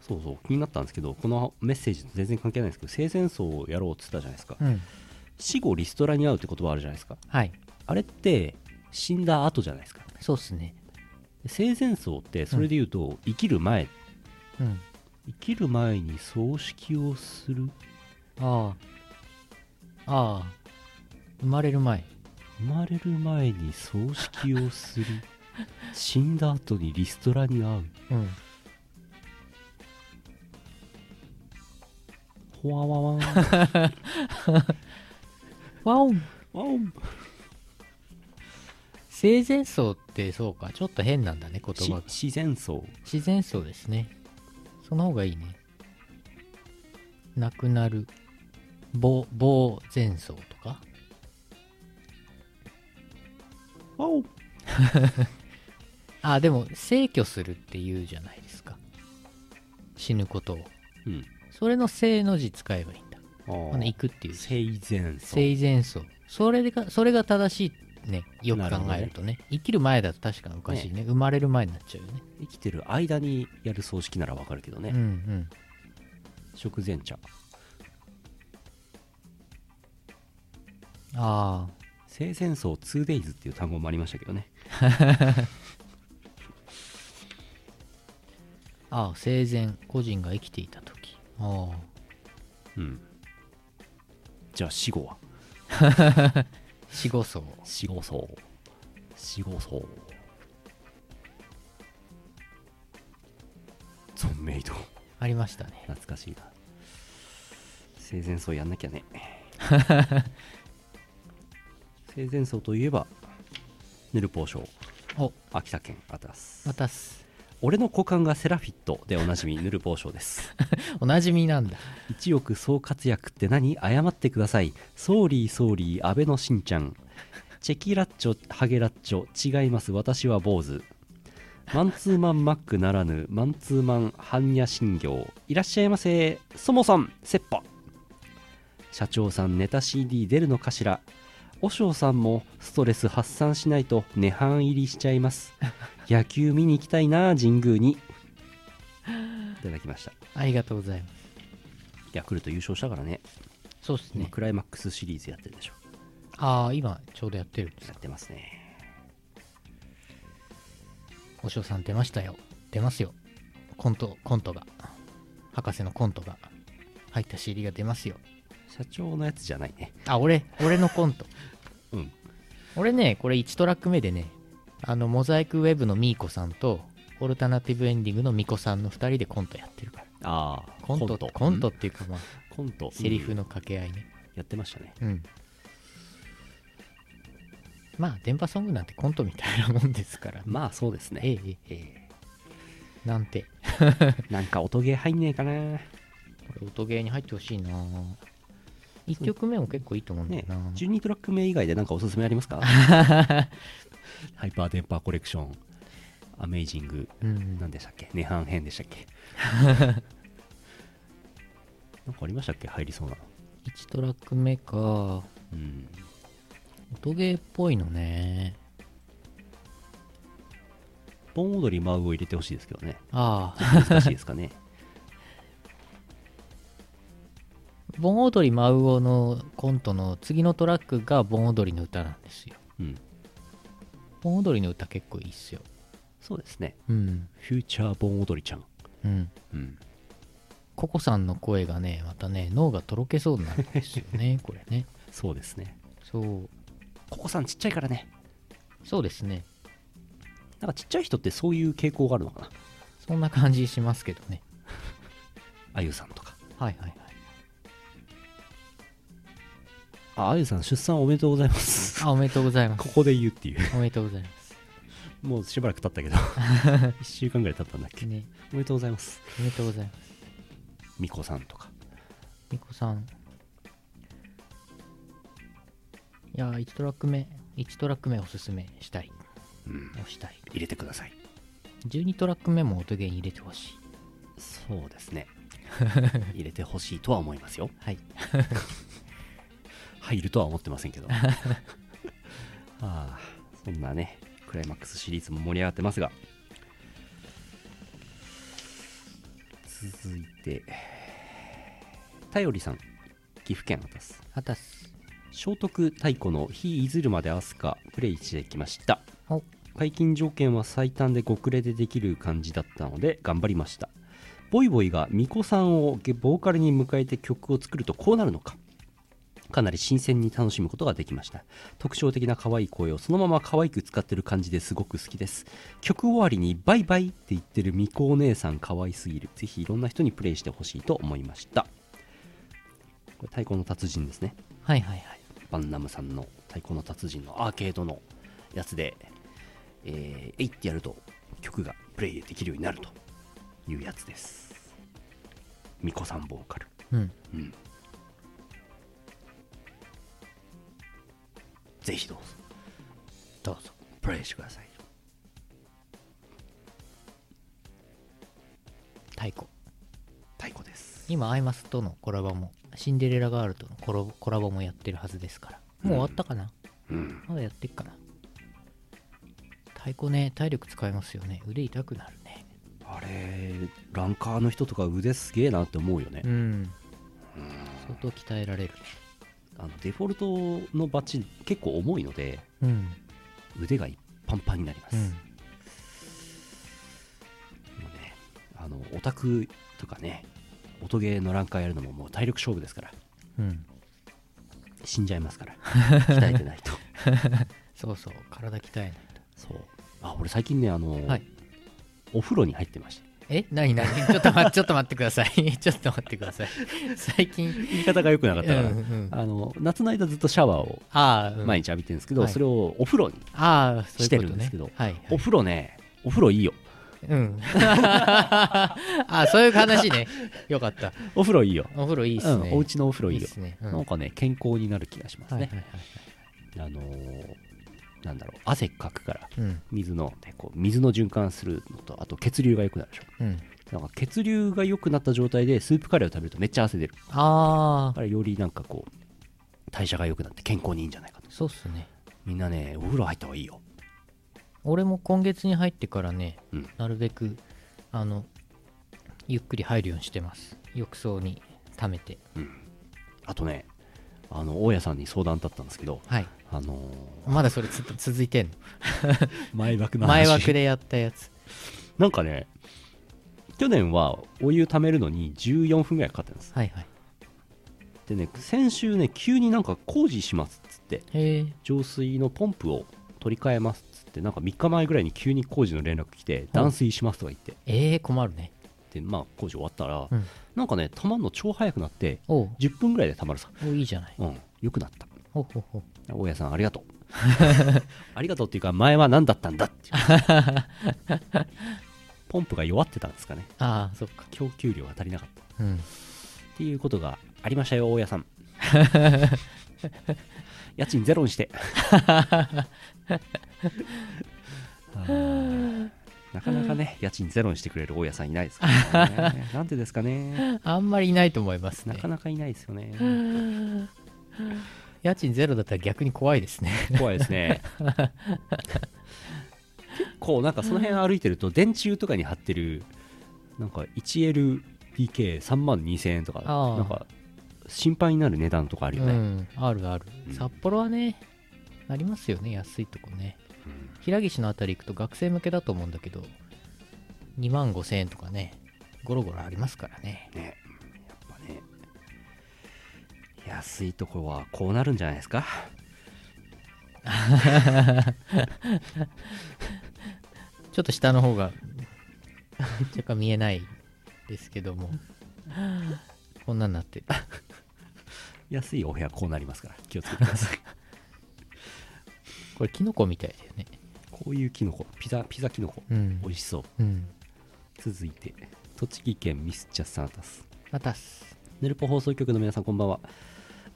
A: そうそう気になったんですけどこのメッセージと全然関係ないんですけど生前葬をやろうって言ったじゃないですか、
B: うん
A: 死後リストラに会うって言葉あるじゃないですか
B: はい
A: あれって死んだ後じゃないですか
B: そうっすね
A: で生前葬ってそれで言うと、生きる前
B: うん
A: 生きる前に葬式をする
B: ああああ生まれる前
A: 生まれる前に葬式をす
B: [LAUGHS]
A: る死んだ後にリストラに会う
B: うん
A: ほわわわん
B: わお
A: わ
B: [LAUGHS]
A: ん
B: 生前葬ってそうかちょっと変なんだね言葉が
A: し自然葬
B: 自然葬ですねその方がいいね亡くなるぼぼ前葬とか
A: わお
B: あでも逝去するって言うじゃないですか死ぬことを
A: うん
B: それの正の字使えばいいんだ
A: あー
B: あの行くっていう字
A: 生前葬
B: 生前葬それがそれが正しいねよく考えるとね生きる前だと確かにおかしいね生まれる前になっちゃうよね
A: 生きてる間にやる葬式ならわかるけどね、
B: うんうん
A: 食前茶
B: あ
A: 生前葬 2days っていう単語もありましたけどね
B: あああ生前個人が生きていた時ああ
A: うんじゃあ死後は
B: 死後葬
A: 死後葬死後葬ゾンメイド
B: ありましたね
A: 懐かしいな生前葬やんなきゃ
B: [LAUGHS]
A: ね生前葬といえばヌルポーショー
B: お
A: 秋田県アタス
B: 渡す
A: 俺の股間がセラフィットでおなじみヌルポーショーです
B: おなじみなんだ
A: 一億総活躍って何謝ってくださいソーリーソーリー安倍のしんちゃんチェキラッチョハゲラッチョ違います私は坊主マンツーマンマックならぬマンツーマン般若心経いらっしゃいませそもそん切羽社長さんネタ CD 出るのかしら和尚さんもストレス発散しないと涅槃入りしちゃいます野球見に行きたいな神宮にいただきました
B: ありがとうございます
A: ヤクルト優勝したからね
B: そうです
A: 今
B: ね
A: クライマックスシリーズやってるでしょ
B: ああ今ちょうどやってるんです
A: やってますね
B: おしょうさん出ましたよ出ますよコントコントが博士のコントが入った CD が出ますよ
A: 社長のやつじゃないね
B: あ俺俺のコント [LAUGHS]
A: うん
B: 俺ねこれ1トラック目でねあのモザイクウェブのミーコさんとオルタナティブエンディングのミコさんの2人でコントやってるから
A: ああ
B: コントコントっていうかまあ
A: コント
B: セリフの掛け合いね
A: やってましたね
B: うん、まあ電波ソングなんてコントみたいなもんですから、 [LAUGHS]
A: まあそうですね
B: えええ
A: え
B: えなんて
A: えなんか音ゲー入んねえかな
B: これ音ゲーに入ってほしいな1曲目も結構いいと思うんだよ
A: ね
B: な、
A: 12トラック目以外でなんかおすすめありますかハイパーデンパーコレクションアメイジング
B: うん
A: 何でしたっけ涅槃編でしたっけなんかありましたっけ入りそうなの
B: 1トラック目か
A: うん
B: 音ゲーっぽいのね
A: 盆踊り舞うを入れてほしいですけどね
B: あ [LAUGHS] あ
A: 難しいですかね
B: 盆踊り舞うおのコントの次のトラックが盆踊りの歌なんですよ
A: うん
B: 盆踊りの歌結構いいっすよ
A: そうですね
B: うん
A: フューチャー盆踊りちゃん
B: うん
A: うん
B: ココさんの声がねまたね脳がとろけそうになるんですよねこれね
A: そうですね
B: そう
A: ココさんちっちゃいからね
B: そうですね
A: なんかちっちゃい人ってそういう傾向があるのかな
B: そんな感じしますけどね
A: あゆさんとか
B: はいはいはい
A: ああゆさん出産おめでとうございます
B: あおめでとうございます
A: ここで言うっていう
B: おめでとうございます
A: もうしばらく経ったけど1 [LAUGHS] 週間ぐらい経ったんだっけ
B: ね
A: おめでとうございます
B: おめでとうございます
A: みこさんとか
B: みこさんいや1トラック目1トラック目おすすめしたい
A: うん
B: 押したい
A: 入れてください
B: 12トラック目も音ゲーに入れてほしい
A: そうですね入れてほしいとは思いますよ
B: はい
A: 入るとは思ってませんけど [LAUGHS] ああそんなねクライマックスシリーズも盛り上がってますが続いて頼りさん岐阜県あたす
B: あたす
A: 聖徳太鼓の「日いずるまで明日か」プレイしてきました
B: お
A: 解禁条件は最短で極例でできる感じだったので頑張りましたボイボイが巫女さんをボーカルに迎えて曲を作るとこうなるのかかなり新鮮に楽しむことができました特徴的な可愛い声をそのまま可愛く使ってる感じですごく好きです曲終わりにバイバイって言ってる巫女お姉さん可愛すぎるぜひいろんな人にプレイしてほしいと思いましたこれ太鼓の達人ですね
B: はいはいはい
A: バンナムさんの「太鼓の達人」のアーケードのやつで、えー、えいってやると曲がプレイできるようになるというやつです。ミコさんボーカル。
B: うん
A: うん。ぜひどうぞ、
B: どうぞ
A: プレイしてください。
B: 太鼓
A: 太鼓です。
B: 今アイマスとのコラボもシンデレラガールとのコラボコラボもやってるはずですからもう終わったかな、
A: うん。
B: まだやってっかな太鼓ね体力使いますよね腕痛くなるね
A: あれ、ランカーの人とか腕すげえなって思うよね。
B: うん相当鍛えられるね
A: あのデフォルトのバッジ結構重いので
B: うん
A: 腕がパンパンになります。
B: うん
A: もうね、あのオタクとかね、音ゲーのランカーやるのももう体力勝負ですから、
B: うん
A: 死んじゃいます
B: [LAUGHS]
A: から、鍛えてないと。
B: そうそう体鍛えない
A: そうあ俺、最近ねあの、
B: とはい
A: お風呂に入ってまし
B: え何 [LAUGHS] 何ちょっと待ってちょっと待ってください [LAUGHS] ちょっと待ってください最近
A: た。言い方が良くなかったから、
B: うんうん
A: あの夏の間ずっとシャワーを
B: ああ、うん
A: 毎日浴びてるんですけど、
B: はい
A: それをお風呂に、
B: ああそうい
A: し
B: うことね
A: てるんですけど
B: はい、はい
A: お風呂ね、お風呂いいよ。
B: うん。 [LAUGHS] あ、そういう話ね。よかった。
A: お風呂いいよ
B: お風呂いいっすね。
A: うん、お家のお風呂いいよ
B: っすね。うん
A: なんかね健康になる気がします
B: はいはい
A: ね、
B: は
A: あ
B: い
A: のーなんだろう汗かくから
B: うん
A: 水の、ね、こう水の循環するのとあと血流が良くなるでしょ
B: うん。
A: なんか血流が良くなった状態でスープカレーを食べるとめっちゃ汗出る
B: あ
A: だからよりなんかこう代謝が良くなって健康にいいんじゃないかと
B: ー、そうっすね。
A: みんなねお風呂入った方がいいよ
B: 俺も今月に入ってからね、
A: うん
B: なるべくあのゆっくり入るようにしてます浴槽に溜めて
A: あとねあの大家さんに相談だったんですけど
B: はい
A: あの
B: まだそれずっと続いてんの
A: ー前枠の
B: 前
A: 話
B: 枠でやったやつ
A: なんかね去年はお湯溜めるのに14分ぐらいかかってるんです
B: はいはい
A: でね先週ね急になんか工事しますっつって
B: へえ
A: 浄水のポンプを取り替えますっつってなんか3日前ぐらいに急に工事の連絡来て断水しますとか言って、
B: えー、困るね
A: でまあ工事終わったら、
B: うん
A: なんかね溜まるの超早くなって
B: おう
A: 10分ぐらいで溜まるさ
B: おいいじゃない
A: うん良くなった
B: ほうほうほう
A: 大家さんあり
B: [LAUGHS]
A: がとうありがとうっていうか前は何だったんだっていう
B: [LAUGHS]
A: ポンプが弱ってたんですかね
B: ああそっか
A: 供給量が足りなかった
B: う
A: っ
B: ん
A: ていうことがありましたよ大家
B: [LAUGHS]
A: さん家賃ゼロに
B: [LAUGHS]
A: してあーなかなかね家賃ゼロにしてくれる大家さんいないですからね
B: [LAUGHS]
A: なんでですかね
B: あんまりいないと思います
A: な
B: ね
A: かなかいないですよね
B: 家賃ゼロだったら逆に怖いですね
A: 怖いですね [LAUGHS] 結構なんかその辺歩いてると電柱とかに貼ってるなんか 1LPK3 万2000円とか
B: あー
A: なんか心配になる値段とかあるよ
B: う
A: ね、
B: んあるある、
A: うん
B: 札幌はねありますよね安いとこね
A: うん
B: 平岸のあたり行くと学生向けだと思うんだけど2万5千円とかねゴロゴロありますからね
A: ねやっぱね安いところはこうなるんじゃないですか
B: ちょっと下の方が [LAUGHS] 若干見えないですけどもこんなんなってる
A: 安いお部屋こうなりますから気をつけてくだ
B: [LAUGHS]
A: さい
B: これキノコみたいだよね
A: こういうキノコピザピザキノコ、
B: うん
A: 美味しそう
B: うん
A: 続いて栃木県ミスチャサナタス
B: またっす
A: ヌルポ放送局の皆さんこんばんは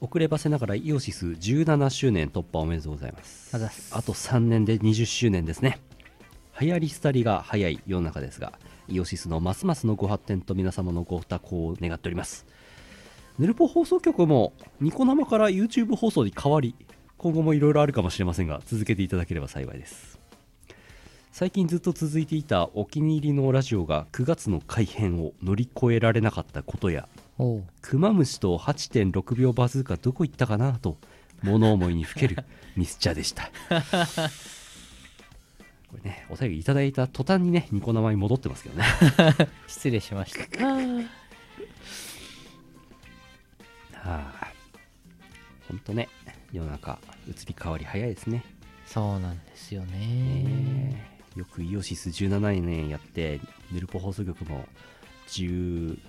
A: 遅ればせながらイオシス17周年突破おめでとうございます
B: あざっす
A: あと3年で20周年ですね流行り廃りが早い世の中ですがイオシスのますますのご発展と皆様のご多幸を願っておりますヌルポ放送局もニコ生から YouTube 放送に変わり今後もいろいろあるかもしれませんが続けていただければ幸いです最近ずっと続いていたお気に入りのラジオが9月の改編を乗り越えられなかったことや
B: おう
A: クマムシと8.6秒バズーカどこ行ったかなと物思いにふけるミスチャでしたこれねお便りいただいた途端にねニコ生に戻ってますけどね
B: 失礼しました
A: はあほんとね世の中移り変わり早いですね、
B: そうなんですよね
A: ねえよくイオシス17年やってヌルポ放送局も11年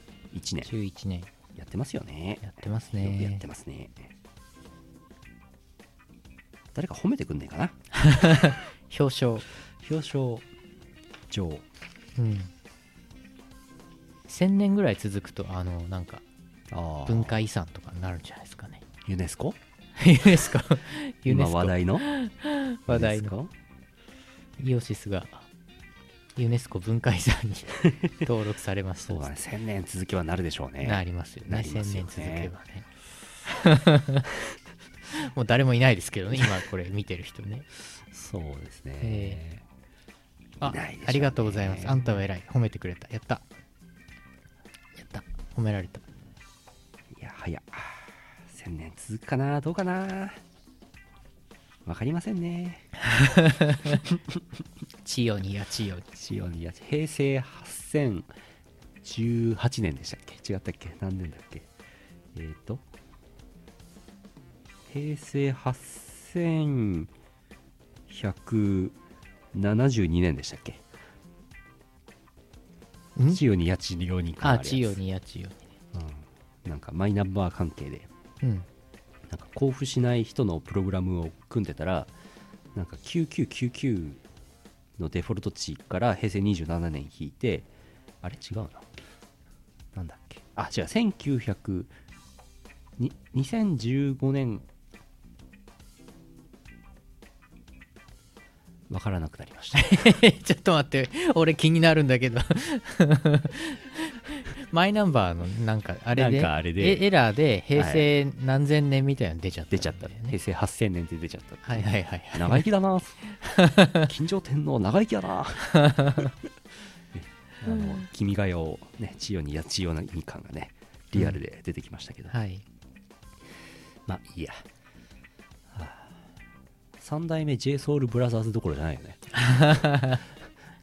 B: 11年
A: やってますよね
B: やってます
A: よくやっ
B: ね
A: てますね誰か褒めてくんねえかな
B: 表彰
A: 表彰状
B: うん1000年ぐらい続くとあのなんか
A: あ
B: 文化遺産とかになるんじゃないですかね [LAUGHS]
A: ユネスコ
B: ユネスコ、ユネ
A: 今
B: スコ
A: 話題の
B: 話題の
A: ユネスコ
B: イオシスがユネスコ文化遺産に [LAUGHS] 登録されました
A: そうだね1000年続きはなるでしょうね
B: なりますよね
A: なります
B: 1000
A: よ
B: 年
A: ね
B: 続けばね [LAUGHS] もう誰もいないですけどね今これ見てる人ね
A: そうですね、
B: えあ
A: いないでしょうね
B: ありがとうございますあんたは偉い褒めてくれたやったやった褒められた
A: いや早1000年続くかなどうかなわかりませんね
B: 千代にや千代に
A: 一応いや平成8018年でしたっけ違ったっけ何年だっけえっ、ー、と平成8172年でしたっけ
B: ん
A: 千代に八千代に変わ
B: あ
A: るやつ
B: 千代にや千代
A: うん、なんかマイナンバー関係で
B: にうん
A: なんか交付しない人のプログラムを組んでたらなんか9999のデフォルト値から平成27年引いてあれ違うななんだっけあ違う1900に2015年わからなくなりま
B: [LAUGHS]
A: した
B: [LAUGHS] ちょっと待って、俺気になるんだけど。 [LAUGHS] マイナンバーのなんかあれで
A: なんかあれで
B: エエラーで平成何千年みたいなの出ちゃった、
A: 出ちゃった、平成8000年って出ちゃった
B: はいはいはいはい。
A: 長生きだ
B: [LAUGHS]
A: な金城天皇長生きだなねあの「君が代」をね千代にや千代に感がねリアルで出てきましたけど、
B: はい。
A: まあいいや、はあ3代目 JSOULBROTHERS どころじゃないよ
B: [LAUGHS]
A: ね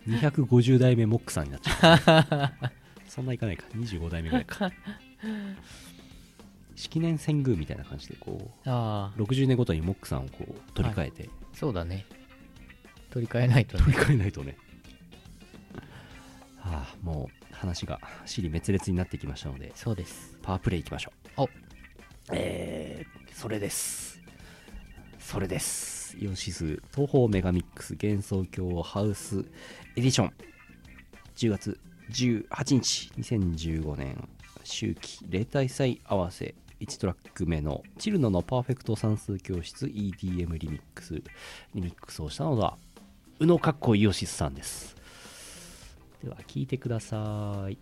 A: 250代目モックさんになっちゃう、そんないかないか25代目ぐらい
B: [LAUGHS]
A: か式年遷宮みたいな感じでこ
B: あ
A: う60年ごとにモックさんをこう取り替えて、
B: あ、そうだね。取り替えないと
A: 取
B: ね。
A: り替えないとね。 [LAUGHS] はあ、もう話が尻滅裂になってきましたので、
B: そうです。
A: パワープレイいきましょう。
B: お
A: えー、それです。それです。イオシス東方メガミックス幻想郷ハウスエディション。10月18日、2015年秋季例大祭合わせ1トラック目のチルノのパーフェクト算数教室 EDM リミックス。リミックスをしたのが、宇野かっこイオシスさんです。では、聞いてください。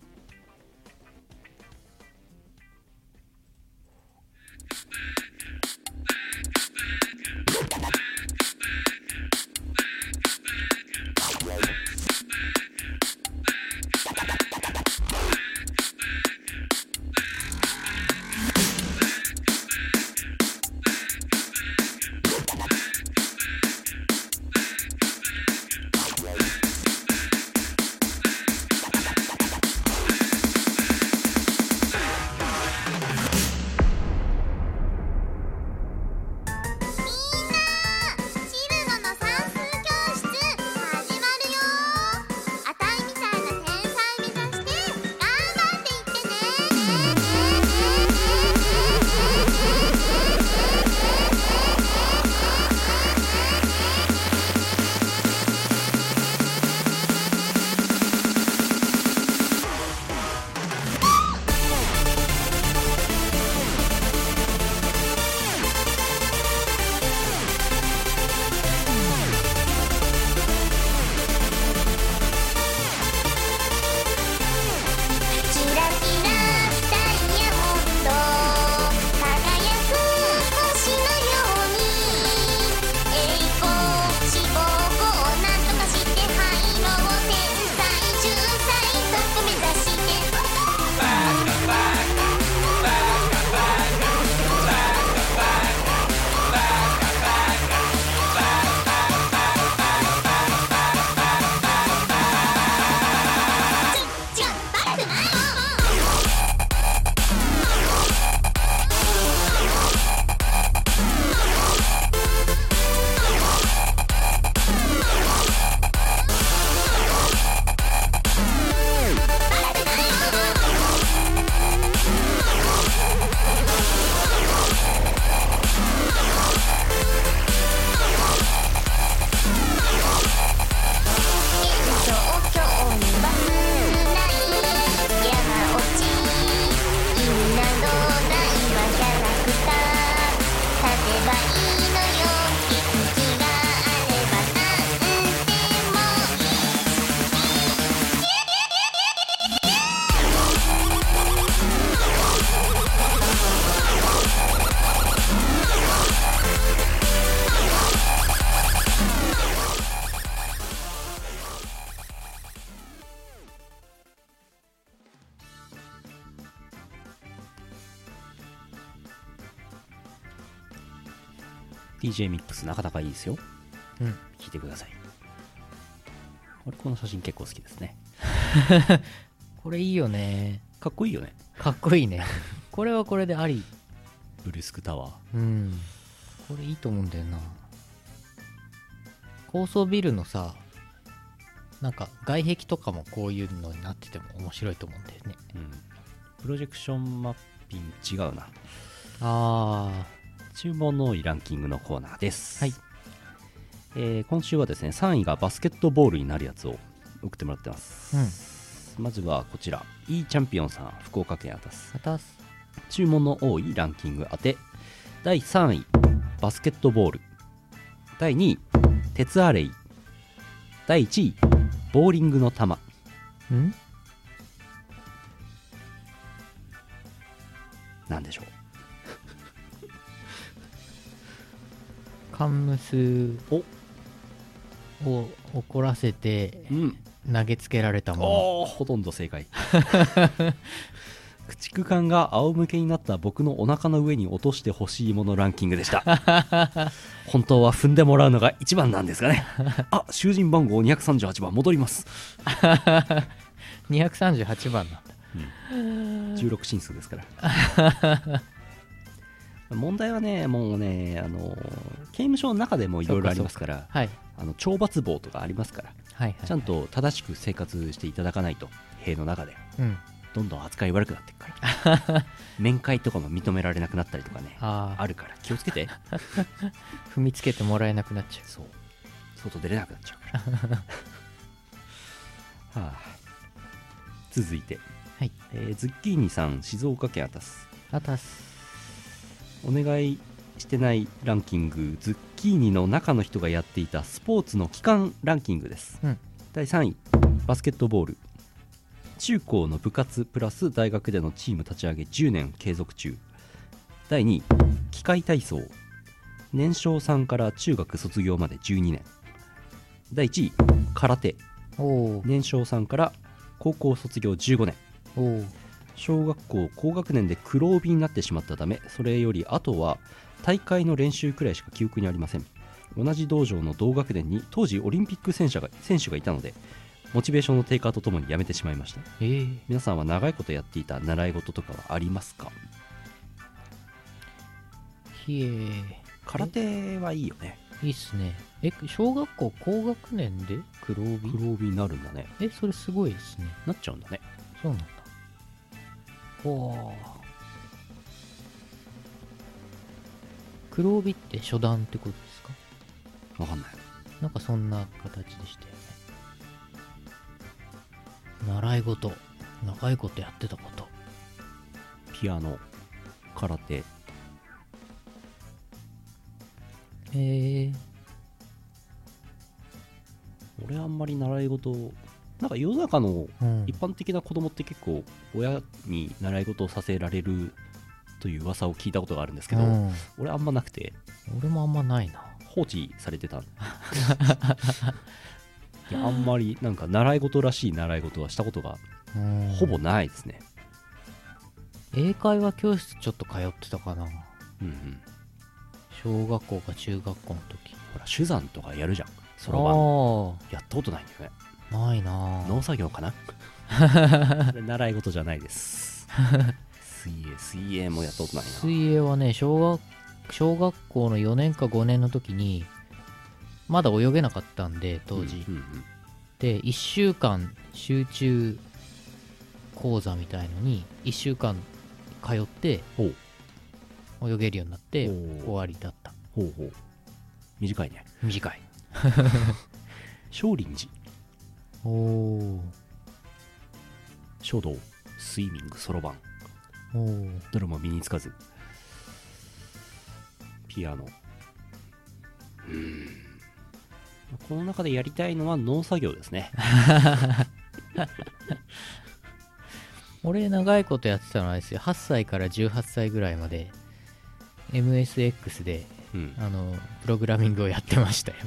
C: みんなチルノの算数教室始まるよあたいみたいな天才目指して頑張っていってねキラキラダイヤモンド輝く星のように栄光志望をなんとかして廃炉を天才重才トップ目指して違うバカじゃないよ東京にはない山落ち犬などないわキャラクター立てばいいのよ気づきがあればなんでもいい
A: うん DJ ミックスなかなかいいですよ
B: うん。
A: 聞いてください俺この写真結構好きですね
B: これいいよね。
A: かっこいいよね
B: かっこいいね。これはこれであり。
A: ブルースクタワー
B: うん。これいいと思うんだよな。高層ビルのさ、なんか外壁とかもこういうのになってても面白いと思うんだよね。
A: うんプロジェクションマッピング違うな
B: ああ。
A: 注文の多いランキングのコーナーです
B: はい
A: えー今週はですね3位がバスケットボールになるやつを送ってもらってます、まずはこちら E チャンピオンさん福岡県あたす
B: またす
A: 注文の多いランキング当て第3位バスケットボール第2位鉄アレイ第1位ボーリングの球
B: ん
A: なんでしょう
B: カンムス
A: お
B: を怒らせて
A: うん
B: 投げつけられたも
A: おーほとんど正解 [LAUGHS] 駆逐艦が仰向けになった僕のお腹の上に落としてほしいものランキングでした
B: [LAUGHS]
A: 本当は踏んでもらうのが一番なんですがねあ囚人番号238番戻ります
B: の238番なんだ
A: 16進数ですから
B: [LAUGHS]
A: 問題はねもうねあの刑務所の中でもいろいろありますから
B: はい
A: あの懲罰棒とかありますから
B: はいはい
A: ちゃんと正しく生活していただかないと塀の中で
B: うん
A: どんどん扱い悪くなっていくから [LAUGHS] 面会とかも認められなくなったりとかねあ
B: ああ
A: るから気をつけて
B: 踏みつけてもらえなくなっちゃ
A: そう外出れなくなっちゃうから [LAUGHS] はあ続いて、
B: はい
A: えーズッキーニさん静岡県あたす
B: うあたす
A: お願いしてないランキングズッキーニの中の人がやっていたスポーツの期間ランキングです、
B: うん
A: 第3位バスケットボール中高の部活プラス大学でのチーム立ち上げ10年継続中第2位機械体操年少3から中学卒業まで12年第1位空手
B: おお
A: 年少3から高校卒業15年
B: おお
A: 小学校高学年で黒帯になってしまったためそれより後は大会の練習くらいしか記憶にありません同じ道場の同学年に当時オリンピック選手が選手がいたのでモチベーションの低下とともにやめてしまいました
B: ええ
A: 皆さんは長いことやっていた習い事とかはありますか
B: ひえ
A: 空手はいいよね
B: いいっすねえ小学校高学年で黒帯
A: 黒帯になるんだね
B: えそれすごいですね
A: なっちゃうんだね
B: そうなんだおー黒帯って初段ってことですか
A: わかんない
B: なんかそんな形でしたよね習い事長いことやってたこと
A: ピアノ空手
B: へえ
A: 俺あんまり習い事なんか世の中の
B: うん
A: 一般的な子供って結構親に習い事をさせられるという噂を聞いたことがあるんですけど、
B: うん
A: 俺あんまなくて
B: 俺もあんまないな
A: 放置されてた
B: [LAUGHS]
A: いやあんまりなんか習い事らしい習い事はしたことが
B: うん
A: ほぼないですね、
B: 英会話教室ちょっと通ってたかな
A: うんうん、
B: 小学校か中学校の時
A: ほら手算とかやるじゃんそろばん
B: あ
A: やったことないんだよね
B: あないな
A: 農作業か
B: [LAUGHS]
A: なそれ習い事じゃないです水泳水泳もやったことないな
B: 水泳はね小学小学校の4年か5年の時にまだ泳げなかったんで当時、
A: うんうんうん
B: で1週間集中講座みたいのに1週間通って
A: ほう
B: 泳げるようになって
A: おー
B: 終わりだった
A: ほうほう短いね
B: 短い
A: 少林寺
B: おお
A: 書道スイミングそろばん
B: おー
A: どれも身につかずピアノうーんこの中でやりたいのは農作業ですね
B: 俺長いことやってたのはあれですよ8歳から18歳ぐらいまで MSX で
A: うん
B: あのプログラミングをやってましたよ、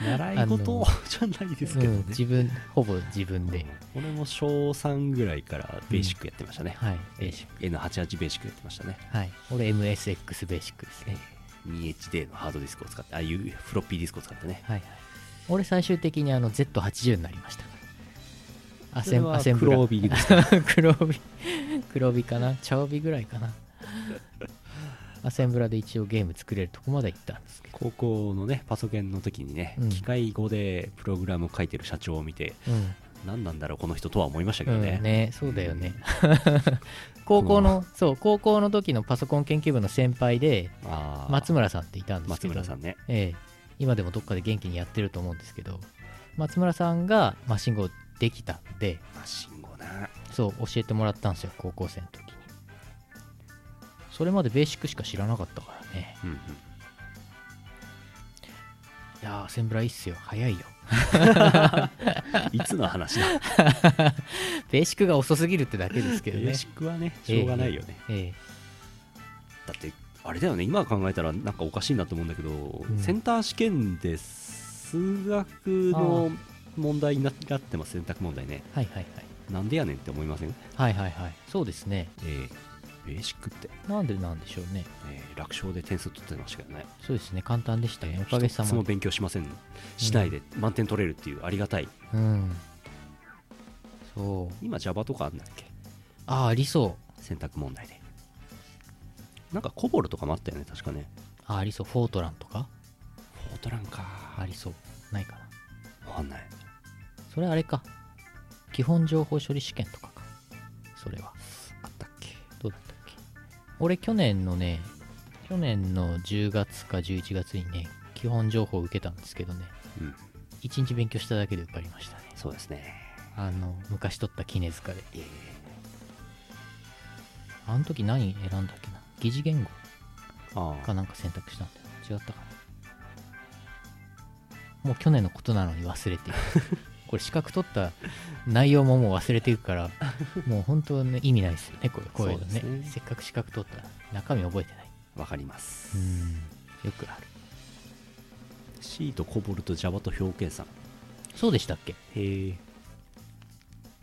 A: 習い
B: あ
A: 事
B: の
A: じゃないですけど
B: う
A: ね
B: ん、自分ほぼ自分で、
A: うん俺も小3ぐらいからベーシックやってましたね、
B: はいベーシッ
A: N88 ベーシックやってましたね
B: クはい俺 MSX ベーシックですね
A: 2HD のハードディスクを使ってああいうフロッピーディスクを使ってね
B: はいはい俺最終的にあの Z80 になりましたからアセンアセンブ
A: 黒
B: ラ
A: 帯です
B: [LAUGHS] 黒帯黒帯かな茶帯ぐらいかなアセンブラで一応ゲーム作れるとこまで行ったんですけ
A: 高校のねパソケンの時にね、
B: うん
A: 機械語でプログラムを書いてる社長を見て
B: ど、うん
A: 何なんだろうこの人とは思いましたけどね,、
B: うん、ねそうだよね高校のそう高校の時のパソコン研究部の先輩で
A: あー
B: 松村さんっていたんです
A: 松
B: けど
A: 村さんね
B: ええ今でもどっかで元気にやってると思うんですけど松村さんがマシン号できたんで
A: マシンゴな
B: そう教えてもらったんですよ高校生の時にそれまでベーシックしか知らなかったからね
A: うんうん
B: いやーアセンブラいいっすよ早いよ [LAUGHS]
A: いつの話だ
B: ベーシックが遅すぎるってだけですけ
A: ベ
B: ど [LAUGHS]
A: ー
B: ね
A: シックはねしょうがないよね、
B: ええ
A: だってあれだよね今考えたらなんかおかしいなと思うんだけど、
B: ん
A: センター試験で数学の問題になってます選択問題ね
B: はいはいはい
A: なんでやねんって思いません
B: はいはいはいそうですね
A: ええベーシックって、
B: なんでなんでしょうね
A: えー楽勝で点数取ってましたけどね
B: そうですね簡単でしたねおかげさ
A: 一つ
B: ま
A: も
B: で
A: 勉強しませんのしないで満点取れるっていうありがたい
B: うんそう
A: 今 Java とかあんだっけ
B: あありそう
A: 選択問題でなんかコボルとかもあったよね確かね
B: あありそうフォートランとか
A: フォートランか
B: ありそうないかな
A: わかんない
B: それあれか基本情報処理試験とかかそれは
A: あったっけ
B: どうだったっけ俺去年のね去年の10月か11月にね基本情報を受けたんですけどね
A: うん
B: 1日勉強しただけで受かりましたね
A: そうですね
B: あの昔取った絹塚で
A: ええ
B: あの時何選んだっけな疑似言語
A: あ
B: かなんか選択したんだよ違ったかなもう去年のことなのに忘れてい
A: [LAUGHS]
B: るこれ資格取った内容ももう忘れていくからもう本当ね意味ないですよねこれこういうの
A: そ
B: ね
A: うですね
B: せっかく資格取ったら中身覚えてない
A: あわかります
B: うんよくある
A: C とコボルと Java と表計算
B: そうでしたっけ
A: へえ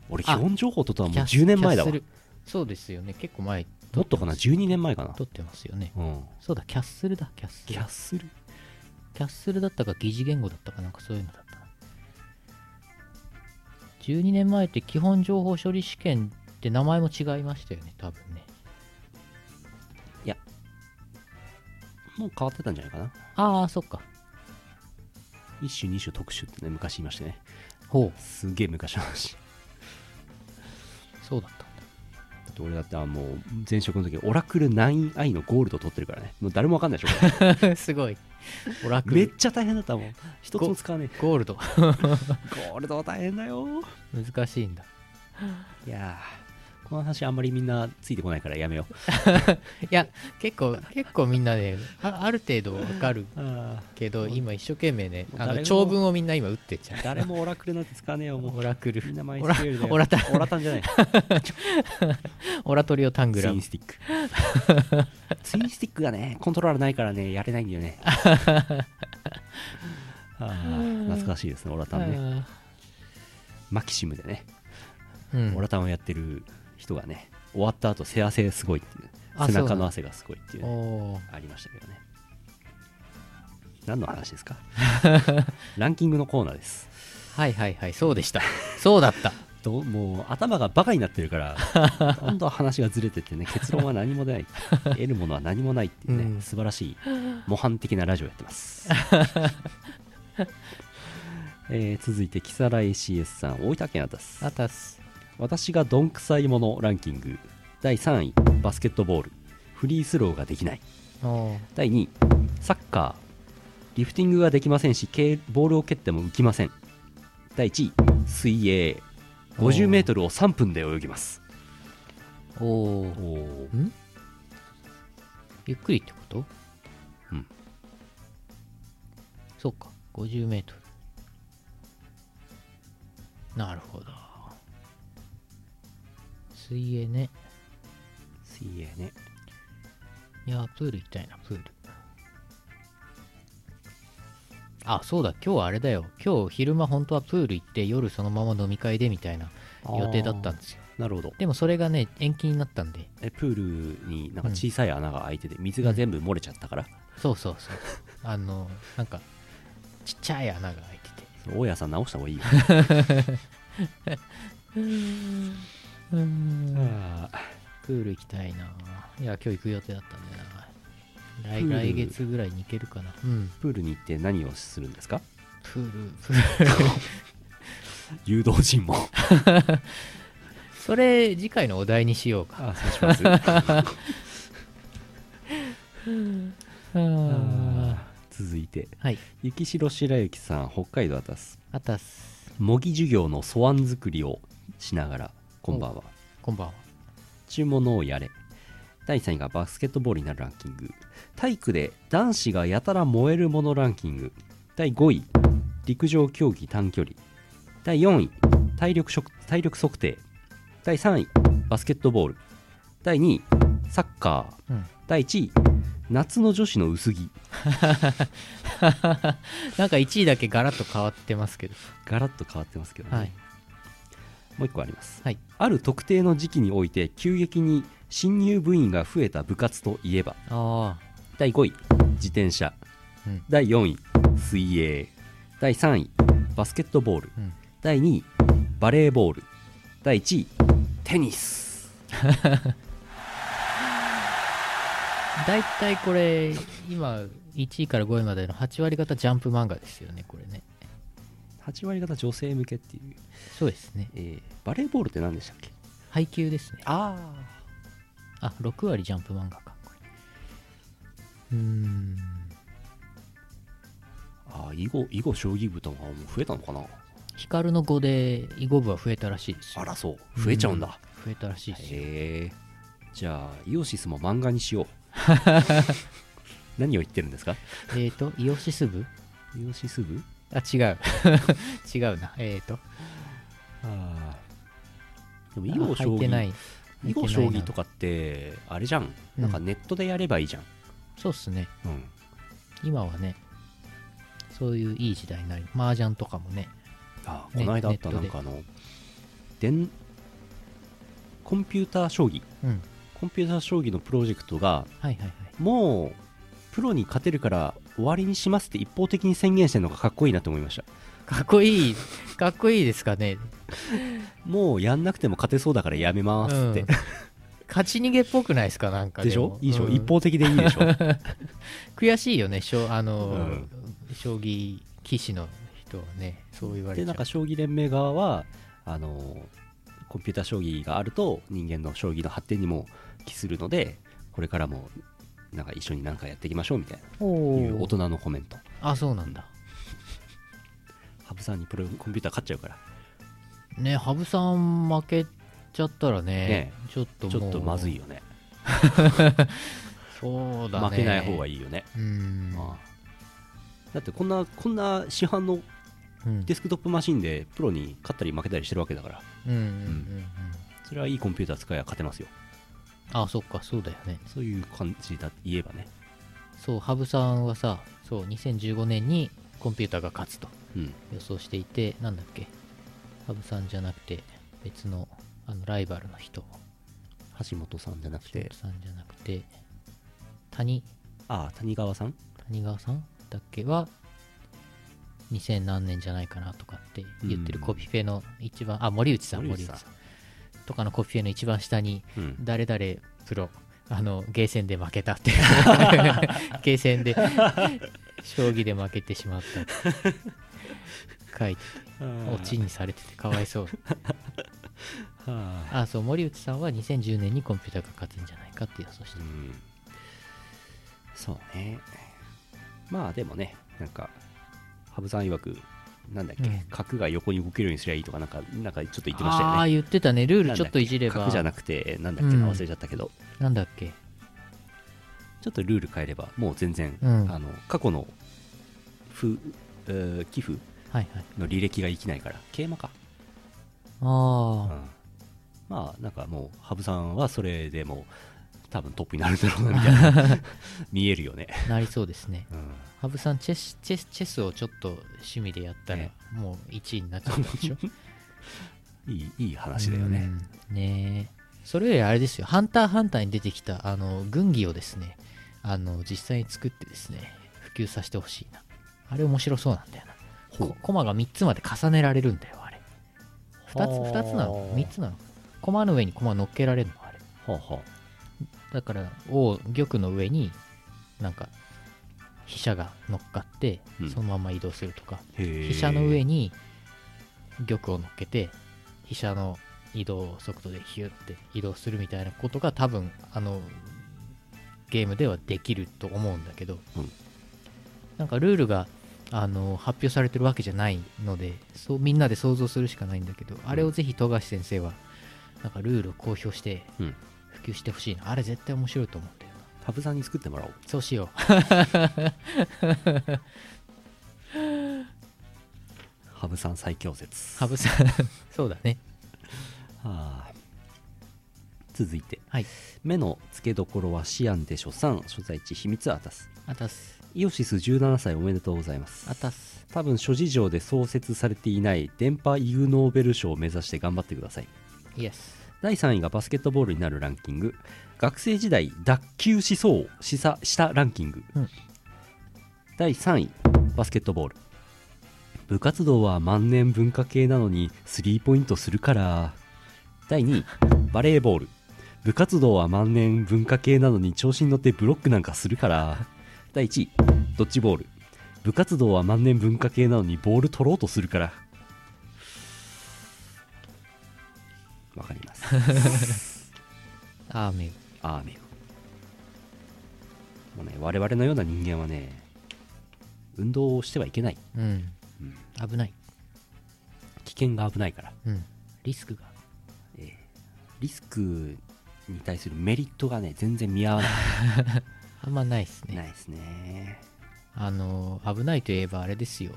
A: 俺基
B: あ
A: 本情報取ったの
B: キ
A: もう
B: ャス
A: 10年前だ
B: キ
A: わ
B: ャッスルそうですよね結構前
A: もっとかな12年前かな
B: 取ってますよね
A: うん
B: そうだキャッスルだキャッスル
A: キャッスル
B: キャッスルだったか疑似言語だったかなんかそういうのだったな12年前って基本情報処理試験って名前も違いましたよね多分ね
A: もう変わってたんじゃないかな
B: ああそっか
A: 一種二種特種ってね昔言いましたね
B: ほう
A: すげえ昔の話
B: そうだったんだ
A: だって俺だってあもう前職の時オラクル 9i のゴールド取ってるからねもう誰もわかんないでしょこれ
B: [LAUGHS] すごいオラク
A: めっ
B: ル
A: ちゃ大変だったもん一つも使わね
B: ゴールド
A: えゴールドは大変だよ
B: 難しいんだ
A: いやーこの話あんまりみんなついてこないからやめよう
B: いや結構結構みんなねあある程度わかる
A: あ
B: けど今一生懸命ねあ
A: 誰
B: の
A: も
B: 長文をみんな今打ってっちゃ
A: ー誰もオラクルなんて使わねえよ
B: う
A: も
B: オ
A: う
B: ラクル
A: みんなマイ
B: オ
A: ス
B: ラ
A: ケールだよ
B: オラタン
A: オラタンじゃない
B: オラトリオタング
A: ツ
B: ラ
A: イン
B: ム
A: スティックツインスティックがねコントローラーないからねやれないんだよねあー懐かしいですねオラタンね
B: あ
A: マキシムでね
B: ーうん
A: オラタンをやってる人がね終わった後背汗すごいっていう
B: あ
A: 背中
B: そうな
A: の
B: ん
A: 汗がすごいっていうね、
B: おー
A: ありましたけどね何の話 [LAUGHS] ですかランキングのコーナーです
B: はいはいはいそうでしたそうだった
A: どうもう頭がバカになってるから [LAUGHS] どんどん話がずれてってね結論は何も出ない [LAUGHS] 得るものは何もないっていうね、
B: うん
A: 素晴らしい模範的なラジオやってます [LAUGHS] えー続いて木更井 CS さん大分県あたす
B: あたす
A: 私がどんくさいものランキング第3位バスケットボールフリースローができない
B: おー
A: 第2位サッカーリフティングができませんしけいボールを蹴っても浮きません第1位水泳
B: おー
A: 50m を3分で泳ぎます
B: おー
A: お
B: んゆっくりってこと
A: うん
B: そうか50メートルなるほど水泳ね
A: 水泳ね
B: いやープール行きたいなプールあそうだ今日はあれだよ今日昼間本当はプール行って夜そのまま飲み会でみたいな予定だったんですよ
A: なるほど
B: でもそれがね延期になったんで
A: えプールになんか小さい穴が開いてて水が全部漏れちゃったから、
B: そうそうそうあのなんかちっちゃい穴が開いてて
A: それ大家さん直した方がいいよ [LAUGHS] あー
B: プール行きたいないや今日行く予定だったんだよ
A: プー
B: な
A: ル
B: 来来月ぐらいに行けるかなうん
A: プールに行って何をするんですか
B: プールプール [LAUGHS]
A: 誘導尋問
B: それ次回のお題にしようか
A: あそうします [LAUGHS] あー続いて
B: はい
A: 雪城白雪さん北海道あたす
B: あたっす
A: 模擬授業の素案作りをしながらこんばんは
B: こんばんは
A: 注文をやれ第3位がバスケットボールになるランキング体育で男子がやたら燃えるものランキング第5位陸上競技短距離第4位体力測体力測定第3位バスケットボール第2位サッカー
B: うん
A: 第1位夏の女子の薄着
B: なんか1位だけガラッと変わってますけど
A: ガラッと変わってますけどね、
B: はい
A: もう一個あります、
B: はい
A: ある特定の時期において急激に新入部員が増えた部活といえば
B: あ
A: 第5位自転車、
B: うん
A: 第4位水泳第3位バスケットボール
B: あうん
A: 第2位バレーボール第1位テニス
B: 大体これ今1位から5位までの8割方ジャンプ漫画ですよねこれね
A: 8割方女性向けっていう、
B: そうですね
A: えーバレーボールって何でしたっけ
B: 配給ですね
A: ああ
B: あ6割ジャンプ漫画かこれうーん
A: ああ囲碁囲碁将棋部とかも増えたのかな
B: 光の語で囲碁部は増えたらしいですよ
A: あらそう増えちゃうんだ、
B: 増えたらしいですよ
A: へえじゃあイオシスも漫画に [LAUGHS] しよう何を言ってるんですか
B: えっ、ー、とイオシス部 [LAUGHS]
A: イオシス部
B: あ違う [LAUGHS] 違うなえっ、ー、と
A: ああでも囲
B: あ
A: 碁将
B: 入ってな
A: 棋
B: い
A: 囲
B: 入
A: 碁
B: って
A: 将
B: ないな
A: 棋とかってあれじゃん、
B: うん
A: なんかネットでやればいいじゃん、
B: そうっすね
A: うん、
B: 今はねそういういい時代になり麻雀とかもね
A: あ
B: ね
A: この間あった
B: ネ
A: な
B: ット
A: ん
B: で
A: かあの電コンピューター将棋
B: うん
A: コンピューター将棋のプロジェクトが
B: はいはいはい
A: もうプロに勝てるから終わりにしますって一方的に宣言してるのがかっこいいなと思いました
B: かっこ
A: [LAUGHS]
B: いいかっこいいですかね
A: もうやんなくても勝てそうだからやめますって、
B: うん勝ち逃げっぽくないですかなんか
A: でしょ
B: も
A: いいでしょ、
B: うん
A: 一方的でいいで [LAUGHS] しょ
B: 悔しいよねしょあの、
A: うん
B: 将棋棋士の人はねそう言われちゃ
A: で
B: う
A: なんか将棋連盟側はあのコンピューター将棋があると人間の将棋の発展にも帰するのでこれからもなんか一緒に何かやっていきましょうみたいないう大
B: おー
A: 人のコメント
B: あそうなんだ
A: 羽生さんにプロコンピューター勝っちゃうから
B: ね羽生さん負けちゃったらね
A: ね
B: ちょっとも
A: ち
B: う
A: ょっとまずいよね
B: そうだね
A: 負けない方が
B: いい
A: いいよね、
B: うーん
A: ああだってこんなこんな市販の
B: うん
A: デスクトップマシンでプロに勝ったり負けたりしてるわけだから
B: うんうんうんうん
A: それはいいコンピューター使えば勝てますよ
B: あそっかそうだよね
A: そういう感じだ言えばね
B: そう羽生さんはさそう2015年にコンピューターが勝つと
A: うん
B: 予想していてなんだっけ羽生さんじゃなくて別のあのライバルの人
A: 橋本さんじゃなくて
B: 橋本さんじゃなくて谷
A: ああ谷川さん
B: 谷川さんだっけは2000何年じゃないかなとかって言ってる
A: うん
B: コピペの一番、あ森内さん
A: 森
B: 森
A: 内
B: 内
A: さ
B: さ
A: ん
B: んとかのコピペの一番下に
A: うん
B: 誰々プロあのゲーセンで負
A: [LAUGHS]
B: けたってゲーセンで将棋で負けてしまっ
A: [LAUGHS]
B: たって書いてオチにされててかわ
A: [LAUGHS]
B: いそう
A: はあ
B: あそう森内さんは2010年にコンピューターが勝つんじゃないかって予想して
A: う
B: る
A: んそうねまあでもねなんか羽生さん曰くなんだっけ、
B: うん
A: 角が横に動けるようにすりゃいいとかなんかなんかちょっと言ってました
B: あ
A: よ
B: あ
A: ね
B: 言ってたねルー
A: なんだ
B: ル
A: っけ
B: ちょっといじれば
A: 角じゃなくてなんだっけな
B: うん
A: 忘れちゃったけど、
B: なんだっけ
A: ちょっとルール変えればもう全然、
B: うん
A: あの過去のふ、えー寄付
B: はいはい
A: の履歴が生きないから桂馬か、うん
B: あ
A: まあなんかもう羽生さんはそれでもう多分トップになるんだろうなみたい
B: [LAUGHS]
A: な見えるよね、
B: あなりそうですね
A: うん
B: 羽生さんチェスチェスチェスをちょっと趣味でやったら
A: ね
B: もう1位になっちゃったで
A: [LAUGHS]
B: しょ
A: いいいい話だよね、
B: うんねえそれよりあれですよ「ハンターハンター」に出てきたあの軍技をですねあの実際に作ってですね普及させてほしいなあれ面白そうなんだよな
A: ほう
B: こ駒が3つまで重ねられるんだよあれ2つ二つなの
A: はあ
B: ?3 つなの駒の上に駒乗っけられるのあれ
A: はあは
B: だから王玉の上になんか飛車が乗っかって
A: うん
B: そのまま移動するとか、
A: あ、へえ
B: 飛車の上に玉を乗っけて飛車の移動速度でヒュッて移動するみたいなことが多分あのゲームではできると思うんだけど、
A: うん
B: なんかルールがあの発表されてるわけじゃないのでそうみんなで想像するしかないんだけど、あれをぜひ富樫先生はなんかルールを公表して
A: うん
B: 普及してほしいなあれ絶対面白いと思うんだよな
A: パブさんに作ってもらおう
B: そうしよ
A: ハブさん最強説
B: う羽生さんそうだね
A: はい続いて
B: はい
A: 目の付けどころはシアンで所産所在地秘密アタス
B: あたす
A: イオシス17歳おめでとうございます
B: あたす
A: 多分諸事情で創設されていない電波イグ・ノーベル賞を目指して頑張ってください
B: イエス
A: 第3位がバスケットボールになるランキング学生時代脱臼しそうしさしたランキング、
B: うん
A: 第3位バスケットボール部活動は万年文化系なのにスリーポイントするから第2位バレーボール部活動は万年文化系なのに調子に乗ってブロックなんかするから第1位ドッジボール部活動は万年文化系なのにボール取ろうとするからわかります
B: アーメン
A: アーメンもうね我々のような人間はね運動をしてはいけない
B: うん、危ない、
A: 危険が危ないから
B: うん、リスクが
A: リスクに対するメリットがね全然見合わな
B: あんまないです
A: い
B: [LAUGHS] ね
A: ないですね
B: あの危ないといえばあれですよ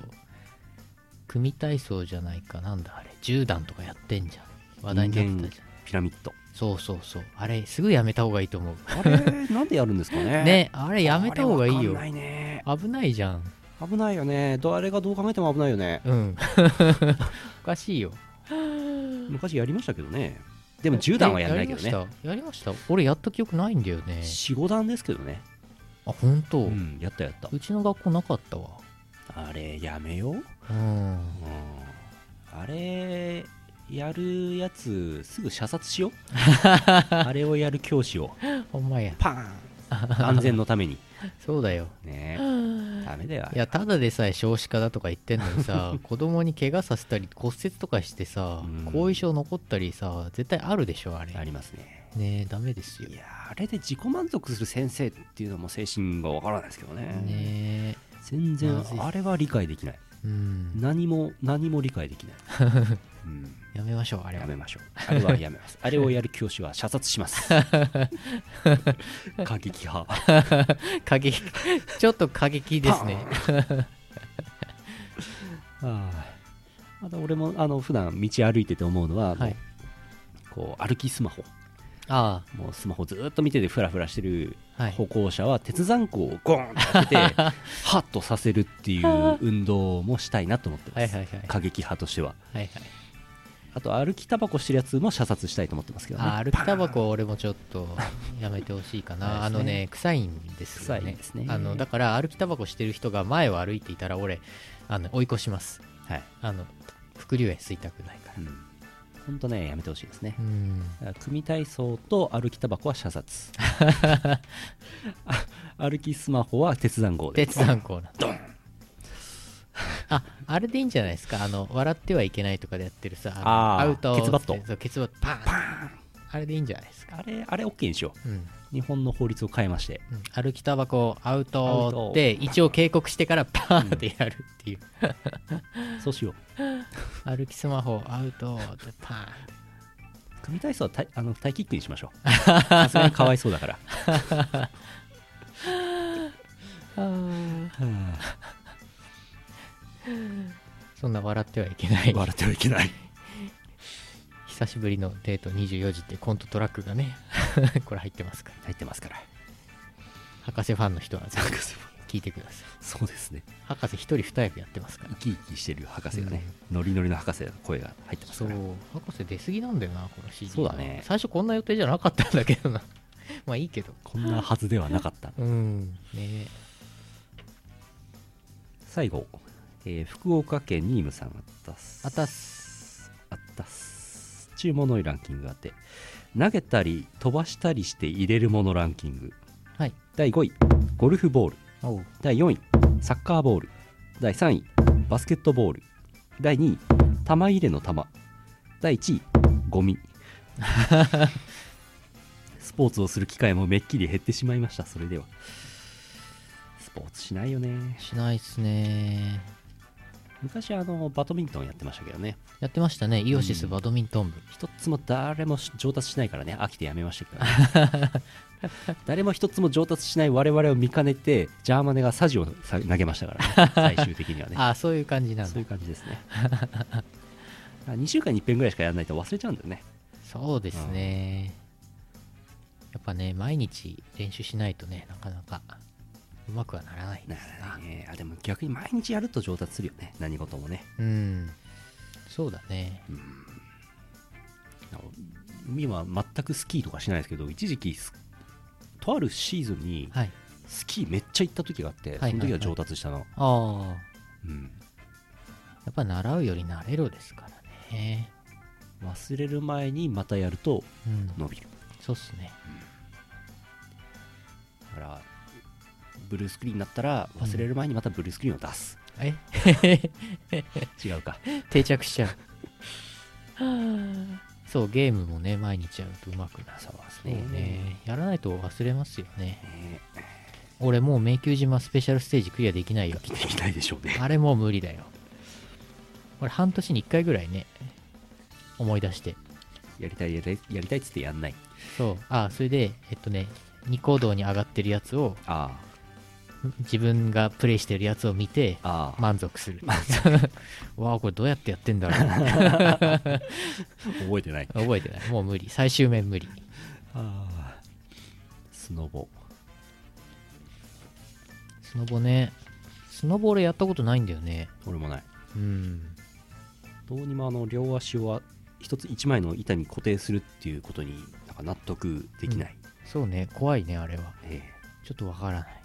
B: 組体操じゃないかなんだあれ10段とかやってんじゃん話題になってたじゃん
A: ピラミッド
B: そうそうそうあれすぐやめた方がいいと思う
A: あれなんでやるんですかね
B: ねあれやめた方がいい
A: あれ
B: よ
A: わかんないね
B: 危ないじゃん
A: 危ないよねどあれがどう考えても危ないよね
B: うん
A: [LAUGHS]
B: おかしいよ
A: 昔やりましたけどねでも10段はやらないけどね
B: えやりましたやりました俺やった記憶ないんだよね
A: 45段ですけどね
B: あ本当、
A: う
B: うん
A: やったやった
B: ちの学校なかったわ
A: あれやめよう [LAUGHS]
B: うん
A: うんあれやるやつすぐ射殺し [LAUGHS] ようあれをやる教師を
B: ほんまや
A: パーン安全のために
B: そうだよ
A: ねダメだよあ
B: い
A: れ
B: やただでさえ少子化だとか言ってんの
A: [LAUGHS]
B: にさ子供に怪我させたり骨折とかしてさ
A: うん
B: 後遺症残ったりさ絶対あるでしょあれ
A: ありますね
B: ねえダメですよ
A: い
B: ね
A: やあれで自己満足する先生っていうのも精神がわからないですけどね
B: え
A: 全然
B: まずい
A: あれは理解できない
B: うん
A: 何も何も理解できない、うん、
B: やめましょうあれは
A: やめましょうあれはやめますあれをやる教師は射殺します [LAUGHS] 過激派
B: 過激 [LAUGHS] ちょっと過激ですね
A: はいまた俺もあの普段道歩いてて思うのは、
B: はい
A: こう歩きスマホ
B: あ
A: もうスマホずーっと見ててフラフラしてる
B: あはい
A: 歩行者は鉄山膏をゴーンと当て
B: [LAUGHS]
A: てハッとさせるっていう運動もしたいなと思ってます、
B: はいはいはい
A: 過激派としては
B: はいはい
A: あと歩きタバコしてるやつも射殺したいと思ってますけどね
B: あー歩きタバコは俺もちょっとやめてほしいかな
A: は [LAUGHS]
B: あ
A: いですね
B: のね臭いんですよ
A: 臭い
B: ね
A: んですね
B: あのだから歩きタバコしてる人が前を歩いていたら俺あの追い越します
A: はい、
B: あの副流煙吸いたくないから
A: うん、ほんとねやめてほしいですね
B: う、ん
A: だから組体操と歩きタバコは射
B: [LAUGHS]
A: 殺あ歩きスマホは鉄山膏で
B: 鉄山コーナーああれでいいんじゃないですかあの笑ってはいけないとかでやってるさの
A: あー
B: アウト
A: ケツバット
B: そうケツバットパーンあれでいいんじゃないですか
A: あれあれ OK にしよう
B: うん、
A: 日本の法律を変えまして
B: うん歩きタバコア
A: ア
B: ウ
A: ウ
B: ト
A: ト
B: で一応警告してからパーンってやるっていう、
A: そうしよう
B: 歩きスマホアウトでパーンって
A: 組体操はタイあのタイキックにしましょ
B: [LAUGHS]
A: うさすがにかわいそうだからはあ
B: そんな笑ってはいけない
A: 笑ってはいけない
B: 久しぶりのデート24時ってコントトラックがね [LAUGHS] これ入ってますから
A: 入ってますから
B: 博士ファンの人はぜひ聞いてください
A: そうですね
B: 博士一人二役やってますから
A: 生き生きしてる博士がね、ノリノリの博士の声が入ってます
B: そ
A: か
B: う
A: ら
B: 博士出過ぎなんだよなこの CD
A: そう
B: が
A: だね
B: 最初こんな予定じゃなかったんだけどな [LAUGHS] まあいいけど
A: こんなはずではなか
B: [LAUGHS]
A: った
B: うんね
A: 最後、えー福岡県ニームさんあったっす
B: あたっ
A: すあったっす注文の多いランキングがあって投げたり飛ばしたりして入れるものランキング
B: はい
A: 第5位ゴルフボール
B: おう
A: 第4位サッカーボール第3位バスケットボール第2位玉入れの玉第1位ゴミスポーツをする機会もめっきり減ってしまいましたそれではスポーツしないよね
B: しないっすね
A: 昔あのバドミントンやってましたけどね
B: やってましたねイオシスバドミントン部、
A: 一つも誰も上達しないからね飽きてやめましたけど、ね、誰も一つも上達しない我々を見かねてジャーマネがサジをさ投げましたからね最終的にはね
B: ああそういう感じなん
A: そう
B: だ
A: いう感じです
B: [LAUGHS]
A: ね2週間に1遍ぐらいしかやらないと忘れちゃうんだよね
B: そうですね、やっぱね毎日練習しないとねなかなかうまくはならないんですな
A: ねあでも逆に毎日やると上達するよね何事もね
B: うんそうだね
A: 今全くスキーとかしないですけど一時期スとあるシーズンに
B: はい
A: スキーめっちゃ行った時があって、
B: いはいはい
A: その時は上達したの、
B: ああ
A: うん
B: やっぱ習うより慣れろですからね
A: 忘れる前にまたやると
B: うん
A: 伸びる
B: そうっすね
A: だからブルースクリーンになったら忘れる前にまたブルースクリーンを出す、
B: え
A: 違うか
B: 定着しちゃうはあそうゲームもね毎日やるとうまくなる
A: そうです
B: そう
A: ね
B: ねやらないと忘れますよね
A: ね
B: 俺もう迷宮島スペシャルステージクリアできないよ
A: できないでしょうね
B: あれもう無理だよ俺半年に1回ぐらいね思い出して
A: やりたいやりたいやりたいっつってやんない
B: そうあそれでえっとねニコ動に上がってるやつを
A: あ
B: 自分がプレイしてるやつを見て
A: あああ、
B: 満足する [LAUGHS] わあこれどうやってやってんだろう
A: 覚えてない
B: 覚えてないもう無理最終面無理
A: ああスノボ
B: スノボねスノボ俺やったことないんだよね
A: 俺もない
B: うん
A: どうにもあの両足は一つ一枚の板に固定するっていうことになんか納得できない、
B: そうね怖いねあれは
A: ええ
B: ちょっとわからない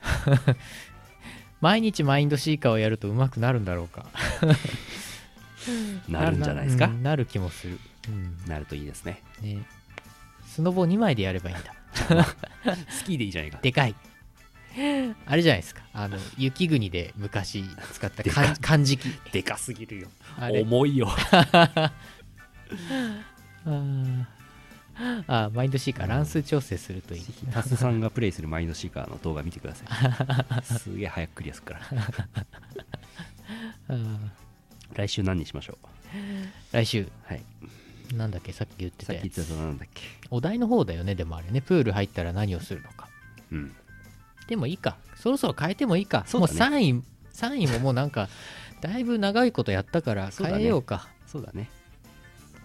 B: [LAUGHS] 毎日マインドシーカーをやると上手くなるんだろうか
A: なるんじゃないですか
B: な [LAUGHS] なる気もする、うん
A: なるといいですね
B: ね、スノボ2枚でやればいいんだ
A: スキーでいいじゃないか
B: でかい [LAUGHS] あれじゃないですかあの雪国で昔使った
A: でか
B: かん漢字機
A: でかすぎるよ
B: あれ
A: 重いよ
B: あーあーマインドシーカー乱数調整するといい
A: タスさんがプレイするマインドシーカーの動画見てくださ [LAUGHS] いすげえ早くクリアするから
B: あー
A: 来週何にしましょう
B: 来週
A: はい
B: なんだっけさっき言って
A: さ
B: た
A: っき
B: や
A: 言って
B: つ
A: たのなんだっけ
B: お題の方だよねでもあれねプール入ったら何をするのか
A: うん
B: でもいいかそろそろ変えてもいいか
A: そうだね
B: もう3位3位ももうなんか [LAUGHS] だいぶ長いことやったから
A: そうだね
B: 変えようか
A: そうだね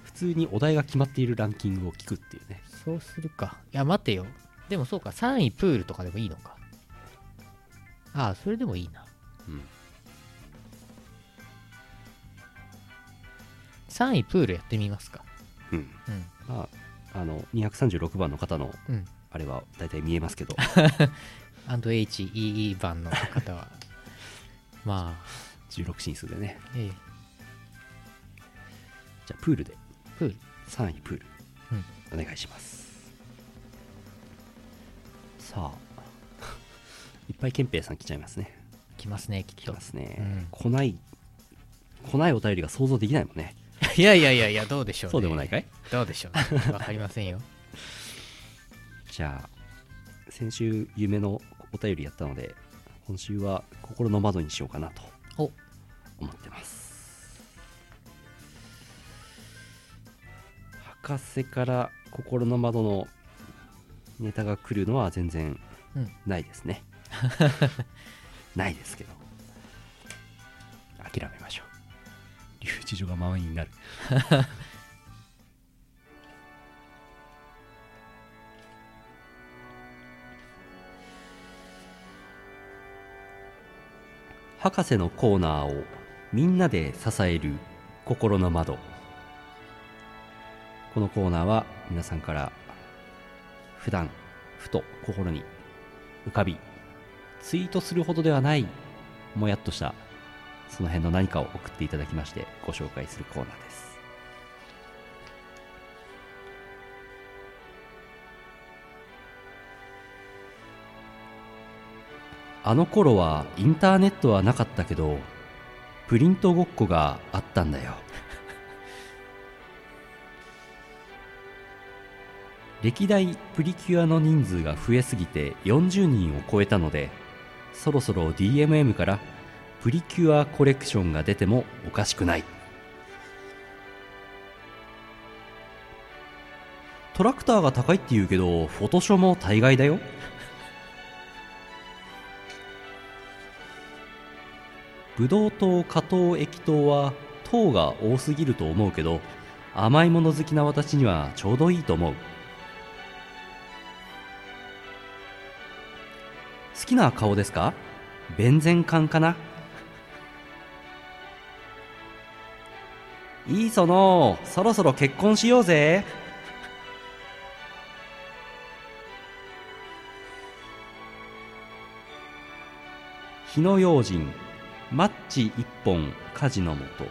A: 普通にお題が決まっているランキングを聞くっていうね
B: そうするか。いや、待てよ。でもそうか、3位プールとかでもいいのか。ああ、それでもいいな。
A: うん
B: 3位プールやってみますか。
A: うん
B: うん。
A: まああの236番の方の
B: うん。
A: あれは大体見えますけど [LAUGHS]
B: &HEE 版の
A: [LAUGHS]
B: 方は。まあ、
A: 16進数でね
B: ええ、
A: じゃあプールで
B: プール。
A: 3位プール、
B: う
A: お願いしますさあ [LAUGHS] いっぱい憲兵さん来ちゃいますね
B: 来ますね、きっ
A: 来
B: と。
A: ますね、
B: うん
A: 来ない来ないお便りが想像できないもんね
B: [LAUGHS] いやいやいやいや、どうでしょう、ね。
A: そうでもないかい
B: どうでしょう、ね。わかりませんよ。
A: じゃあ先週夢のお便りやったので今週は心の窓にしようかなと
B: お
A: 思ってます博士から心の窓のネタが来るのは全然
B: うん
A: ないです [LAUGHS] ね、ないですけど諦めましょう留置所が満員になる博士のコーナーをみんなで支える心の窓このコーナーは皆さんから普段ふと心に浮かびツイートするほどではないもやっとしたその辺の何かを送っていただきましてご紹介するコーナーですあの頃はインターネットはなかったけどプリントごっこがあったんだよ歴代プリキュアの人数が増えすぎて40人を超えたのでそろそろ DMM からプリキュアコレクションが出てもおかしくないトラクターが高いって言うけどフォトショも大概だよブドウ糖果糖液糖は糖が多すぎると思うけど甘いもの好きな私にはちょうどいいと思う好きな顔ですか弁前感かないいそのそろそろ結婚しようぜ火の用心マッチ一本火事のもと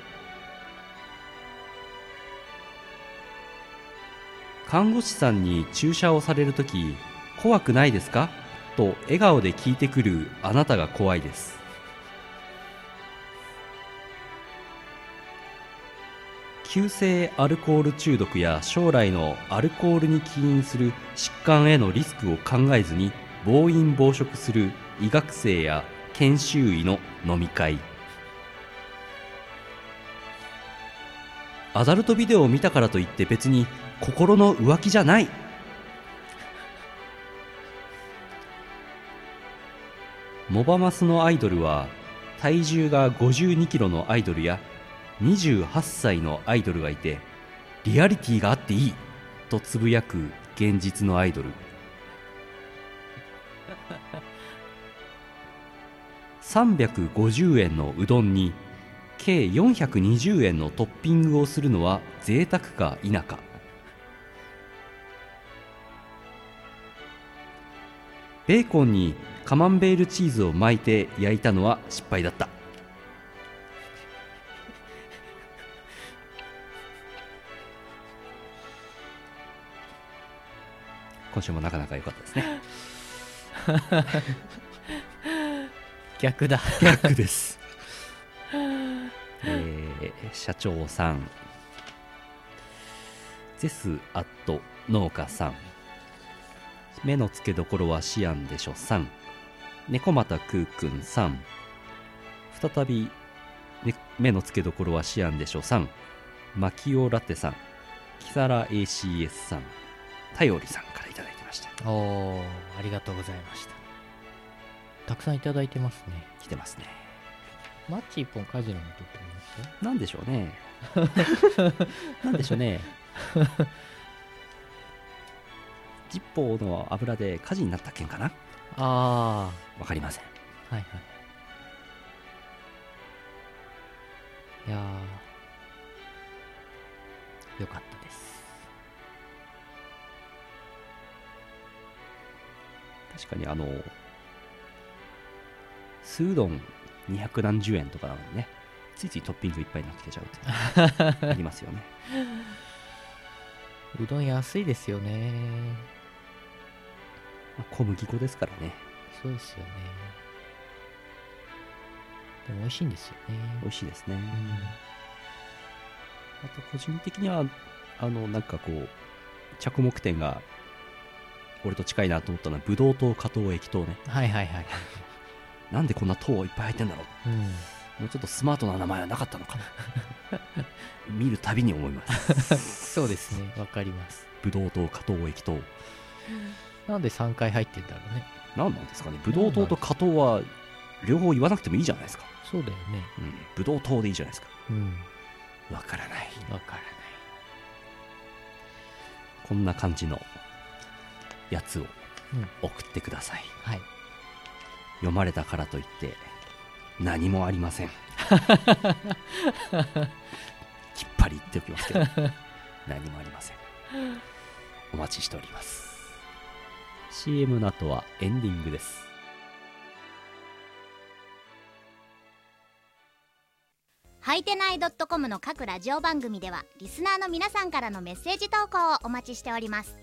A: 看護師さんに注射をされるとき怖くないですかと笑顔で聞いてくるあなたが怖いです急性アルコール中毒や将来のアルコールに起因する疾患へのリスクを考えずに暴飲暴食する医学生や研修医の飲み会アダルトビデオを見たからといって別に心の浮気じゃないモバマスのアイドルは体重が5 2キロのアイドルや28歳のアイドルがいてリアリティがあっていいとつぶやく現実のアイドル350円のうどんに計420円のトッピングをするのは贅沢か否かベーコンにカマンベールチーズを巻いて焼いたのは失敗だった今週もなかなか良かったですね
B: [LAUGHS] 逆だ。
A: 逆
B: [LAUGHS]
A: です、えー社長さんゼスアット農家さん目の付けどころはシアンでしょさん猫又くーくんさん再び、ね目の付けどころはシアンでしょさんマキオラテさんキサラ ACS さん頼りさんからいただいてました
B: お [LAUGHS] おー、ありがとうございました。たくさんいただいてますね。
A: 来てますね
B: マッチ一本カジノにとってみました
A: なんでしょう [LAUGHS] ね。なんでしょうね。ジッポーの油で火事になった件かな
B: あ
A: わかりません。
B: あ、はいはい。いやー、よかったです。
A: 確かにあの、スードン二百何十円とかなのにね、ついついトッピングいっぱいになってきちゃうっていうありますよ [LAUGHS] ね。
B: うどん安いですよね。
A: まあ小麦粉ですからね、
B: そうですよね。でも美味しいんですよ
A: 美
B: ね。
A: 味しいですね。
B: うん
A: あと個人的には、あの、なんかこう、着目点が、俺と近いなと思ったのは、ブドウ糖、果糖、液糖ね。
B: はいはいはい。
A: なんでこんな糖いっぱい入ってんだろ
B: うん。
A: うもうちょっとスマートな名前はなかったのか [LAUGHS] な見るたびに思います
B: そうですね、わかります。
A: ブドウ糖果糖液糖
B: なんで3回入ってんだろうね。
A: 何なんですかねブドウ糖と果糖は両方言わなくてもいいじゃないですか、
B: そうだよね。
A: うん、ブドウ糖でいいじゃないですか
B: うん。
A: わからない
B: わからない。
A: こんな感じのやつを
B: うん
A: 送ってください、
B: はい。
A: 読まれたからといって何もありま [LAUGHS] せんきっぱり言っておきますけど [LAUGHS] 何もありませんお待ちしております CM の後はエンディングです
C: はいてない .com の各ラジオ番組ではリスナーの皆さんからのメッセージ投稿をお待ちしております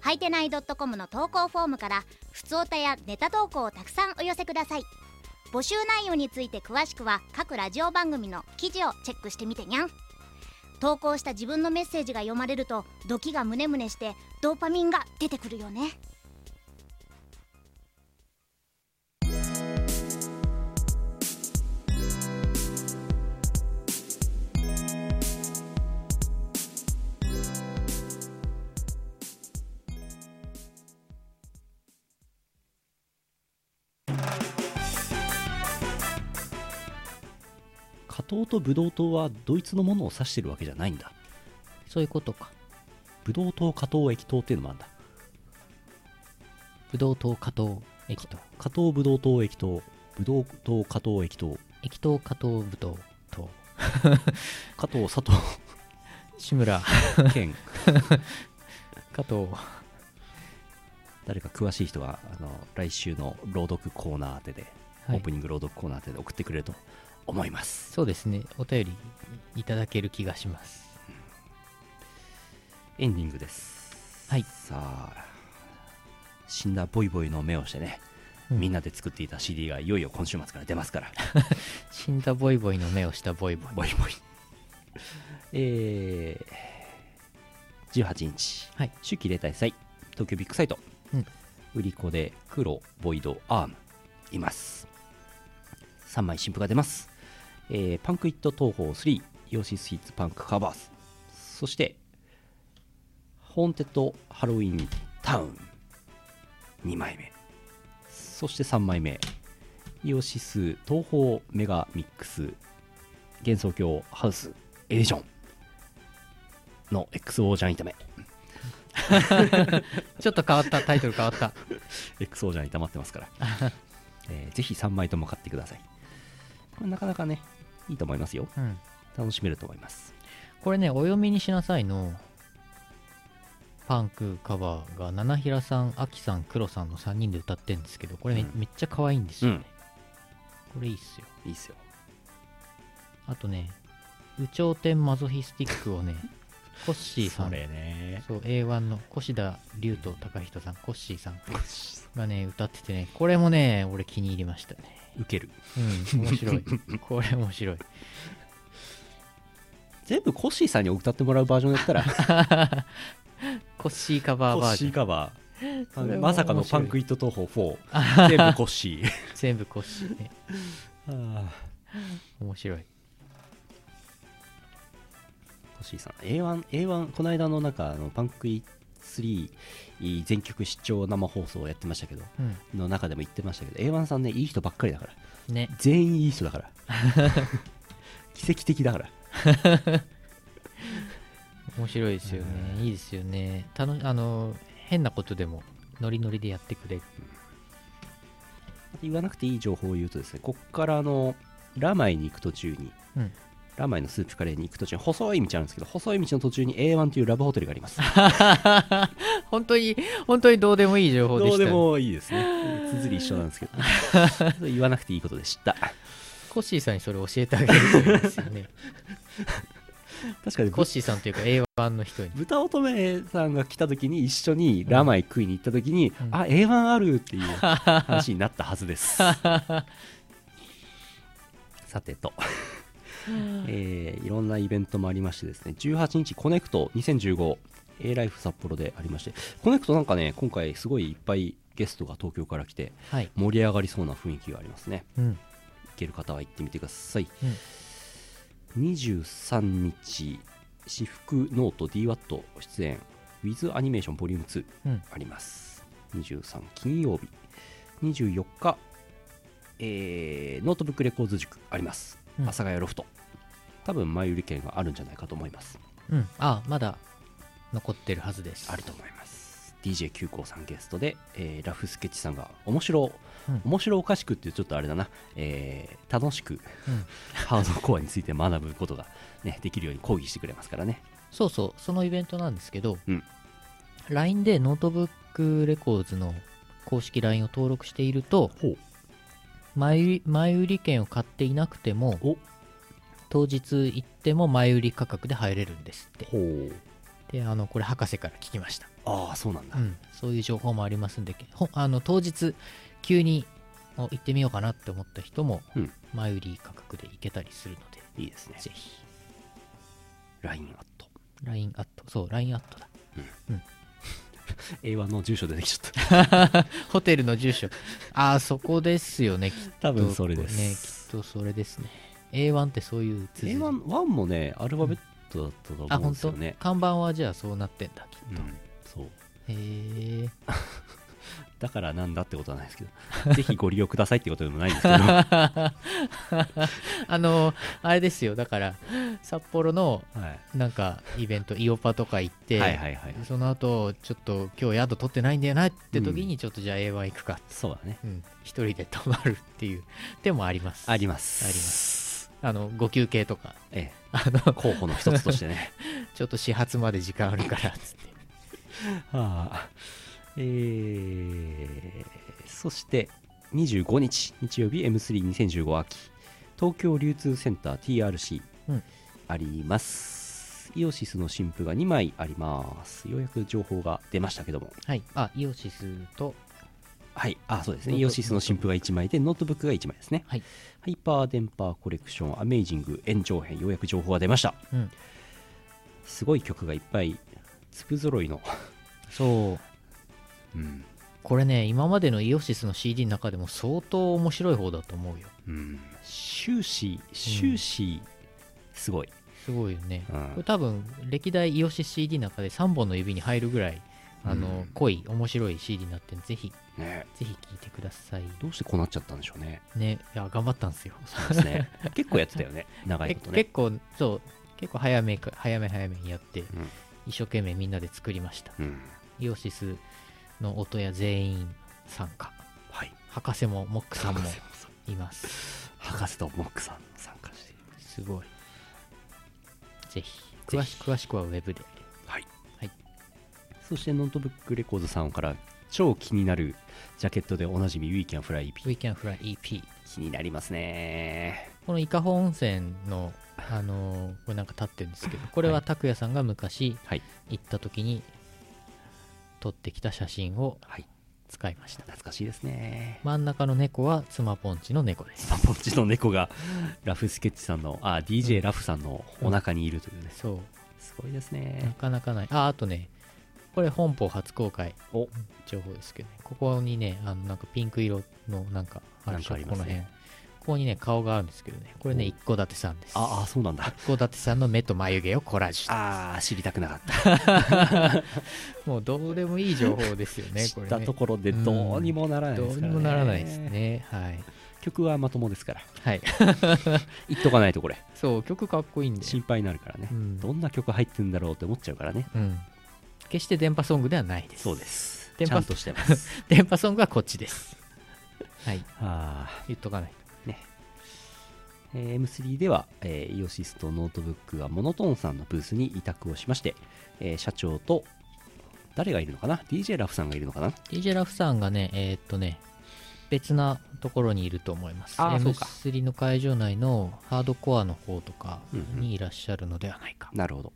C: はいてない .com の投稿フォームからふつおたやネタ投稿をたくさんお寄せください募集内容について詳しくは各ラジオ番組の記事をチェックしてみてにゃん投稿した自分のメッセージが読まれるとドキがムネムネしてドーパミンが出てくるよね
A: 加糖とブドウ糖はドイツのものを指してるわけじゃないんだ
B: そういうことか。
A: ブドウ糖加糖液糖っていうのもあるんだ
B: ブドウ糖、果糖、液糖。
A: 加糖ブドウ糖液糖ブドウ糖加糖液糖
B: 液糖、果糖、ブドウ糖。
A: 加糖佐藤
B: 志村、 [LAUGHS]
A: 健
B: 加藤。
A: 誰か詳しい人はあの来週の朗読コーナー宛てで、
B: は
A: オー
B: い
A: プ。ニング朗読コーナー宛てで送ってくれると思います
B: そうですね。お便りいただける気がします。
A: エンディングです
B: はい
A: さあ死んだボイボイの目をしてね、
B: うん
A: みんなで作っていた CD がいよいよ今週末から出ますから
B: 死んだボイボイの目をしたボイボイ。
A: ボイボイえー、18日
B: はい。
A: 秋季例大祭東京ビッグサイト、
B: うん
A: 売り子で黒ボイドアームいます3枚新譜が出ます、えーパンクイット東宝3ヨシスヒッツパンクカバーズそしてホーンテッドハロウィンタウン2枚目そして3枚目イオシス東宝メガミックス幻想郷ハウスエディションの XO ジャン炒め
B: ちょっと変わった。タイトル変わった。
A: XO じゃに溜まってます [LAUGHS] から、えーぜひ3枚とも買ってくださいこれなかなかねいいと思いますよ
B: [LAUGHS] うん。
A: 楽しめると思います
B: これね、お読みにしなさいの、パンクカバーが、七平さん、アキさん、黒さんの3人で歌ってるんですけど、これめ,、
A: うん
B: めっちゃ可愛いんですよね。これいいっすよ。
A: いいっすよ
B: あとね、有頂天マゾヒスティックを [LAUGHS] ね、コッシーさん、
A: ね
B: そう、A1 の越田龍と高人さん、コッシーさんがね、歌っててね、これもね、俺気に入りましたね。
A: ウケる
B: うん、面白い。 [LAUGHS] これ面白い。
A: 全部コッシーさんに歌ってもらうバージョンやったら
B: コッシーカバー
A: [LAUGHS] コ
B: バ
A: ッ
B: ー
A: シ
B: ジョ
A: ー
B: ン。
A: カバー [LAUGHS]
B: それは
A: まさかの
B: 面白
A: パ
B: い
A: ンクイット東宝4 [LAUGHS] 全部コッシ [LAUGHS] ー
B: 全部コッシーね。
A: あ
B: 面白い。
A: ーコッシーさん A1, A1 この間のなんかあのパンクイ3全曲視聴生放送をやってましたけど
B: う
A: の中でも言ってましたけど A1 さんねいい人ばっかりだから
B: ん。ね。
A: 全員いい人だから [LAUGHS] 奇跡的だから
B: 面白いですよね、いいですよねたのあの変なことでもノリノリでやってくれる
A: 言わなくていい情報を言うとですねこっからあのラマイに行く途中に
B: うん
A: ラマイのスープカレーに行く途中に細い道あるんですけど細い道の途中に A1 というラブホテルがあります
B: [LAUGHS] 本当に本当にどうでもいい情報でしたね、
A: いいですね綴り一緒なんですけど [LAUGHS]
B: [LAUGHS]
A: 言わなくていいことでした
B: コッシーさんにそれ教えてあげるといいですよね
A: 確かに
B: コッシーさんというか A1 の人に
A: 豚乙女さんが来た時に一緒にラマイ食いに行った時に、
B: うん
A: あ A1 あるっていう話になったはずです
B: [LAUGHS]
A: さてとえーいろんなイベントもありましてですね18日コネクト 2015A ライフ札幌でありましてコネクトなんかね今回すごいいっぱいゲストが東京から来て
B: はい、
A: 盛り上がりそうな雰囲気がありますね
B: うん
A: 行ける方は行ってみてください、23日私服ノート DWAT 出演 With アニメーションボリューム2
B: うん、
A: あります23金曜日24日、えーノートブックレコーズ塾あります
B: う
A: 阿
B: ん
A: 佐ヶ谷ロフト多分前売り券があるんじゃないかと思います
B: うん、あまだ残ってるはずです
A: あると思います DJ 急行さんゲストで、えーラフスケッチさんが面白、
B: うん
A: 面白おかしくっていうちょっとあれだな、えー楽しく
B: うん、
A: ハードコアについて学ぶことが、ね、できるように講義してくれますからね
B: そうそうそのイベントなんですけど、
A: うん
B: LINE でノートブックレコーズの公式 LINE を登録していると
A: ほう
B: 前売り前売り券を買っていなくても
A: お
B: 当日行っても前売り価格で入れるんですって
A: ほう
B: であのこれ博士から聞きました、
A: ああそうなんだ、
B: うん、そういう情報もありますんでほあの当日急にお行ってみようかなって思った人も
A: うん
B: 前売り価格で行けたりするので、
A: いいですね
B: ぜひ
A: LINE アット
B: LINE アットそう LINE アットだ
A: A1 の住所出てきち [LAUGHS] ゃっ
B: ホテルの住所ああそこですよねきっと
A: た多分それです、
B: ねきっとそれですね A1 ってそういう綴り
A: A1 1もねアルファベットだったと
B: あ
A: 思うん
B: 本
A: ですよ
B: 当、
A: ね、
B: 看板はじゃあそうなってんだきっ
A: うん
B: と、
A: そう
B: へえ
A: だからなんだってことはないですけ [LAUGHS] どぜひご利用くださいってことでもないんですけど [LAUGHS] は
B: あのあれですよだから札幌の
A: い、
B: なんかイベントイオパとか行って、
A: はいはいはい
B: その後ちょっと今日宿取ってないんだよなって時にちょっとじゃあ A1 行くか、
A: そうだね
B: うん、一人で泊まるっていう手もあります
A: あります
B: ありますあのご休憩とか
A: え
B: あの
A: え候補の一つとしてね
B: ちょっと始発まで時間あるからっつって
A: は [LAUGHS] あえー、そして25日日曜日 M32015 秋東京流通センター TRC、
B: うん
A: ありますイオシスの新譜が2枚ありますようやく情報が出ましたけども
B: はいあイオシスと
A: はい、あ、そうですね。
B: ノート
A: イオシスの新譜が1枚で、ノートブックが1枚ですね。
B: はい
A: ハイパーデンパーコレクション、アメイジング、炎上編、ようやく情報が出ました。
B: うん
A: すごい曲がいっぱい、粒揃いの。
B: そう
A: うん。
B: これね今までのイオシスの CD の中でも相当面白い方だと思うよ
A: うん。終始、終始、すごい。
B: すごいよね、
A: うん
B: これ多分歴代イオシス CD の中で3本の指に入るぐらいあの、
A: うん
B: 濃い面白い CD になってるんでぜひ
A: ね
B: ぜひ聴いてください
A: どうしてこうなっちゃったんでしょうね。
B: ねいや頑張ったんですよ
A: そうですね。結構やってたよね。長いことね。
B: け [LAUGHS] 結構そう結構早めか早め早めにやって、
A: ん
B: 一生懸命みんなで作りました
A: うん。
B: イオシスの音や全員参加
A: はい。
B: 博士もモックさんも
A: 博士もそう
B: います
A: 博士とモックさん参加している。
B: すごいぜひ
A: ぜひ
B: 詳し詳しくはウェブで
A: はい、
B: はい
A: そしてノートブックレコードさんから超気になるジャケットでおなじみ We Can Fly EP
B: We Can Fly EP
A: 気になりますね
B: この伊香保温泉のあのーこれなんか立ってるんですけどこれ
A: は
B: [LAUGHS] はい拓也さんが昔
A: はい
B: 行った時に撮ってきた写真を
A: はい
B: 使いました
A: 懐かしいですね
B: 真ん中の猫は妻ポンチの猫です
A: まあ、ポッチの猫がラフスケッチさんのあ
B: う
A: DJ
B: ん
A: ラフさんのお腹にいるというね
B: そ
A: すごいです
B: うな
A: ね
B: かなかないああとねこれ本邦初公開
A: お
B: 情報ですけどねここにねあのなんかピンク色のなんかあるでしょ
A: なんかあり
B: こ
A: ま
B: の
A: す
B: 辺
A: ね
B: ここにね顔があるんですけどねこれね
A: お
B: 一戸建てさんです
A: ああそうなんだ
B: 一戸建てさんの目と眉毛をコラージュした
A: ああ知りたくなかった、
B: もうどうでもいい情報ですよね
A: [LAUGHS] 知
B: こ
A: っ
B: れ
A: た
B: ね
A: ところでどうにもならない
B: ど
A: で
B: う
A: す
B: に
A: から、ね
B: もならないですねはい
A: 曲はまともですから [LAUGHS]
B: はい
A: 言っとかないとこれ
B: そう曲かっこいいんで
A: 心配になるからね、
B: うん
A: どんな曲入ってんだろうって思っちゃうからね
B: うん決して電波ソングではないです
A: そうです。
B: 電
A: ち
B: 波
A: ゃんとして
B: [LAUGHS]
A: ます。
B: 電波ソングはこっちですはい
A: はあ
B: 言っとかない
A: えー M3 では、えーイオシスとノートブックがモノトーンさんのブースに委託をしまして、えー社長と誰がいるのかな DJ ラフさんがいるのかな
B: DJ ラフさんがね、えーっとね、別なところにいると思います。
A: あーそうか
B: M3 の会場内のハードコアの方とか
A: うんうん
B: にいらっしゃるのではないか。
A: なるほど、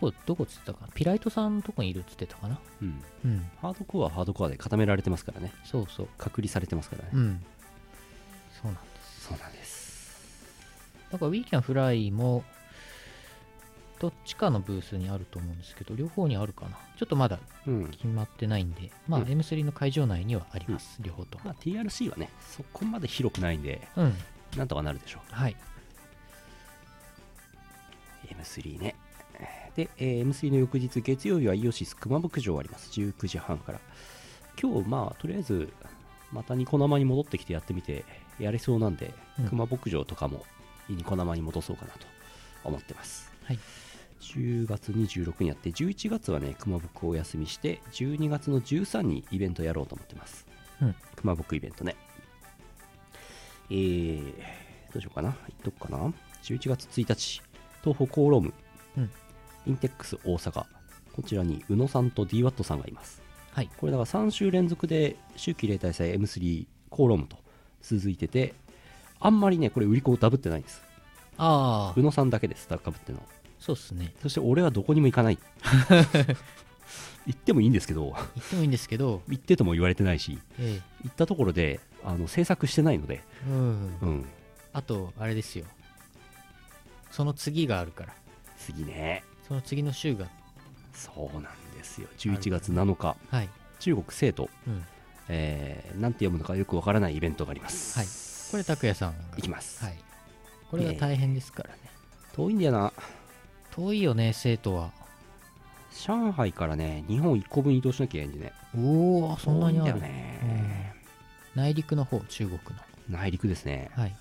B: どこ、どこっつってたかなピライトさんのとこにいるっつってたかな
A: うん、
B: うん。
A: ハードコアはハードコアで固められてますからね
B: そうそう。
A: 隔離されてますからね、
B: うん。そうなんです。
A: そうなんです
B: だから We Can Fly も、どっちかのブースにあると思うんですけど、両方にあるかな。ちょっとまだ
A: うん
B: 決まってないんで、まあ、
A: うん
B: M3 の会場内にはあります、両方とも
A: まあ、TRC はねそこまで広くないんで
B: うん。
A: なんとかなるでしょ
B: はい。
A: う M3 ねで、えー M3 の翌日月曜日はイオシス熊牧場あります19時半から今日まあとりあえずまたニコ生に戻ってきてやってみてやれそうなんで、
B: うん
A: 熊牧場とかもニコ生に戻そうかなと思ってます
B: はい。
A: 10月26にやって11月はね熊牧をお休みして12月の13にイベントやろうと思ってます、
B: うん
A: 熊牧イベントねえー、どうしようかな言っとくかな11月1日東宝コーローム、
B: うん
A: インテックス大阪こちらに宇野さんと DWAT さんがいます
B: はい。
A: これだから3週連続で秋季例大祭 M3 コーロームと続いててあんまりねこれ売り子をダブってないんです
B: あ
A: 宇
B: あ、
A: 野さんだけですダブっての
B: そうっすね。
A: そして俺はどこにも行かない
B: [LAUGHS]
A: 行ってもいいんですけど
B: 言ってもいいんですけど、
A: 行ってとも言われてないし
B: え
A: 行ったところであの制作してないので、
B: え、うん
A: う、ん、
B: あとあれですよその次があるから
A: 次ね
B: その次の週が
A: そうなんですよ11月7日
B: はい、
A: 中国成都、
B: うん、
A: えー、なんて読むのかよくわからないイベントがあります
B: はいこれ拓哉さんが
A: いきます、
B: はいこれが大変ですからね
A: 遠いんだよな
B: 遠いよね生徒は
A: 上海からね日本1個分移動しなきゃいけないんでね
B: おおそんなにあ
A: 遠い
B: る
A: んだよね、
B: 内陸の方中国の
A: 内陸ですね
B: はい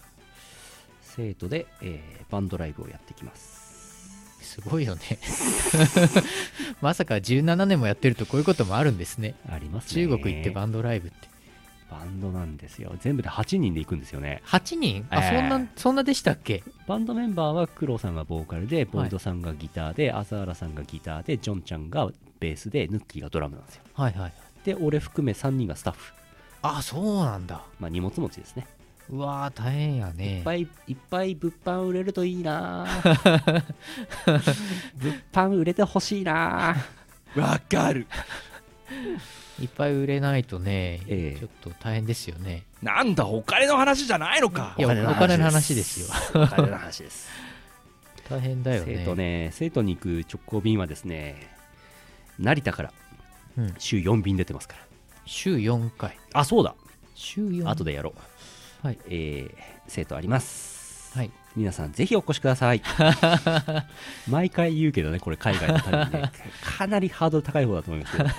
A: 生徒で、えーバンドライブをやってきます
B: すごいよね [LAUGHS] まさか17年もやってるとこういうこともあるんですね
A: ありますね
B: 中国行ってバンドライブって
A: バンドなんですよ全部で8人で行くんですよね
B: 8人あ、
A: ええ
B: そんなそんなでしたっけ
A: バンドメンバーは黒さんがボーカルでボイドさんがギターで、朝原さんがギターでジョンちゃんがベースでヌッキーがドラムなんですよ
B: はいはい
A: で俺含め3人がスタッフ
B: あそうなんだ
A: まあ荷物持ちですね、
B: うわー大変や
A: い
B: ね
A: っぱいいっぱい物販売れるといいな [LAUGHS] ぁ物販売れてほしいなぁ [LAUGHS]
D: わかる
B: いっぱい売れないとね、
A: ええ
B: ちょっと大変ですよね
D: なんだお金の話じゃないのか
B: いやお金の話ですよ
A: [LAUGHS] お金の話です
B: 大変だよね
A: 生徒ね生徒に行く直行便はですね成田から
B: うん
A: 週4便出てますから
B: 週4回
A: あそうだ
B: 週4
A: 後でやろう
B: はい
A: えー生徒あります [LAUGHS]
B: はい
A: 皆さんぜひお越しくださ [LAUGHS] い毎回言うけどねこれ海外の旅 [LAUGHS] ねかなりハードル高い方だと思いますけど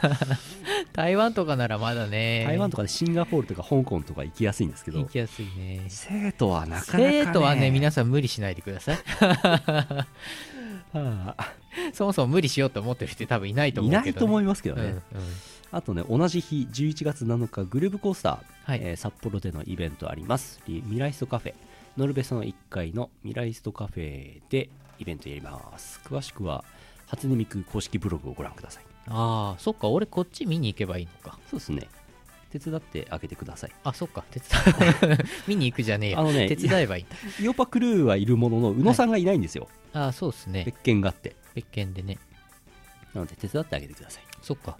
B: 台湾とかならまだね
A: 台湾とかでシンガポールとか香港とか行きやすいんですけ
B: 行
A: ど
B: きやすいね
A: 生徒はなかなか、ね、
B: 生徒はね皆さん無理しないでください [LAUGHS]
A: はあ
B: そもそも無理しようと思ってる人多分いないと
A: い
B: 思うけど
A: な
B: ね、
A: いと思いますけどね、
B: うんうん
A: あとね同じ日11月7日グルーブコースター、
B: はい、
A: えー札幌でのイベントありますリミライストカフェノルベソの1階のミライストカフェでイベントやります詳しくは初音ミク公式ブログをご覧ください
B: ああそっか俺こっち見に行けばいいのか
A: そうですね手伝ってあげてください
B: あそっか手
A: [LAUGHS]
B: 伝う見に行くじゃねえよ
A: あのね
B: 手伝えばいいんだ
A: イオパクルーはいるものの宇野さんがいないんですよ、
B: ああそうですね
A: 別件があって
B: 別件でね
A: なので手伝ってあげてください
B: そっか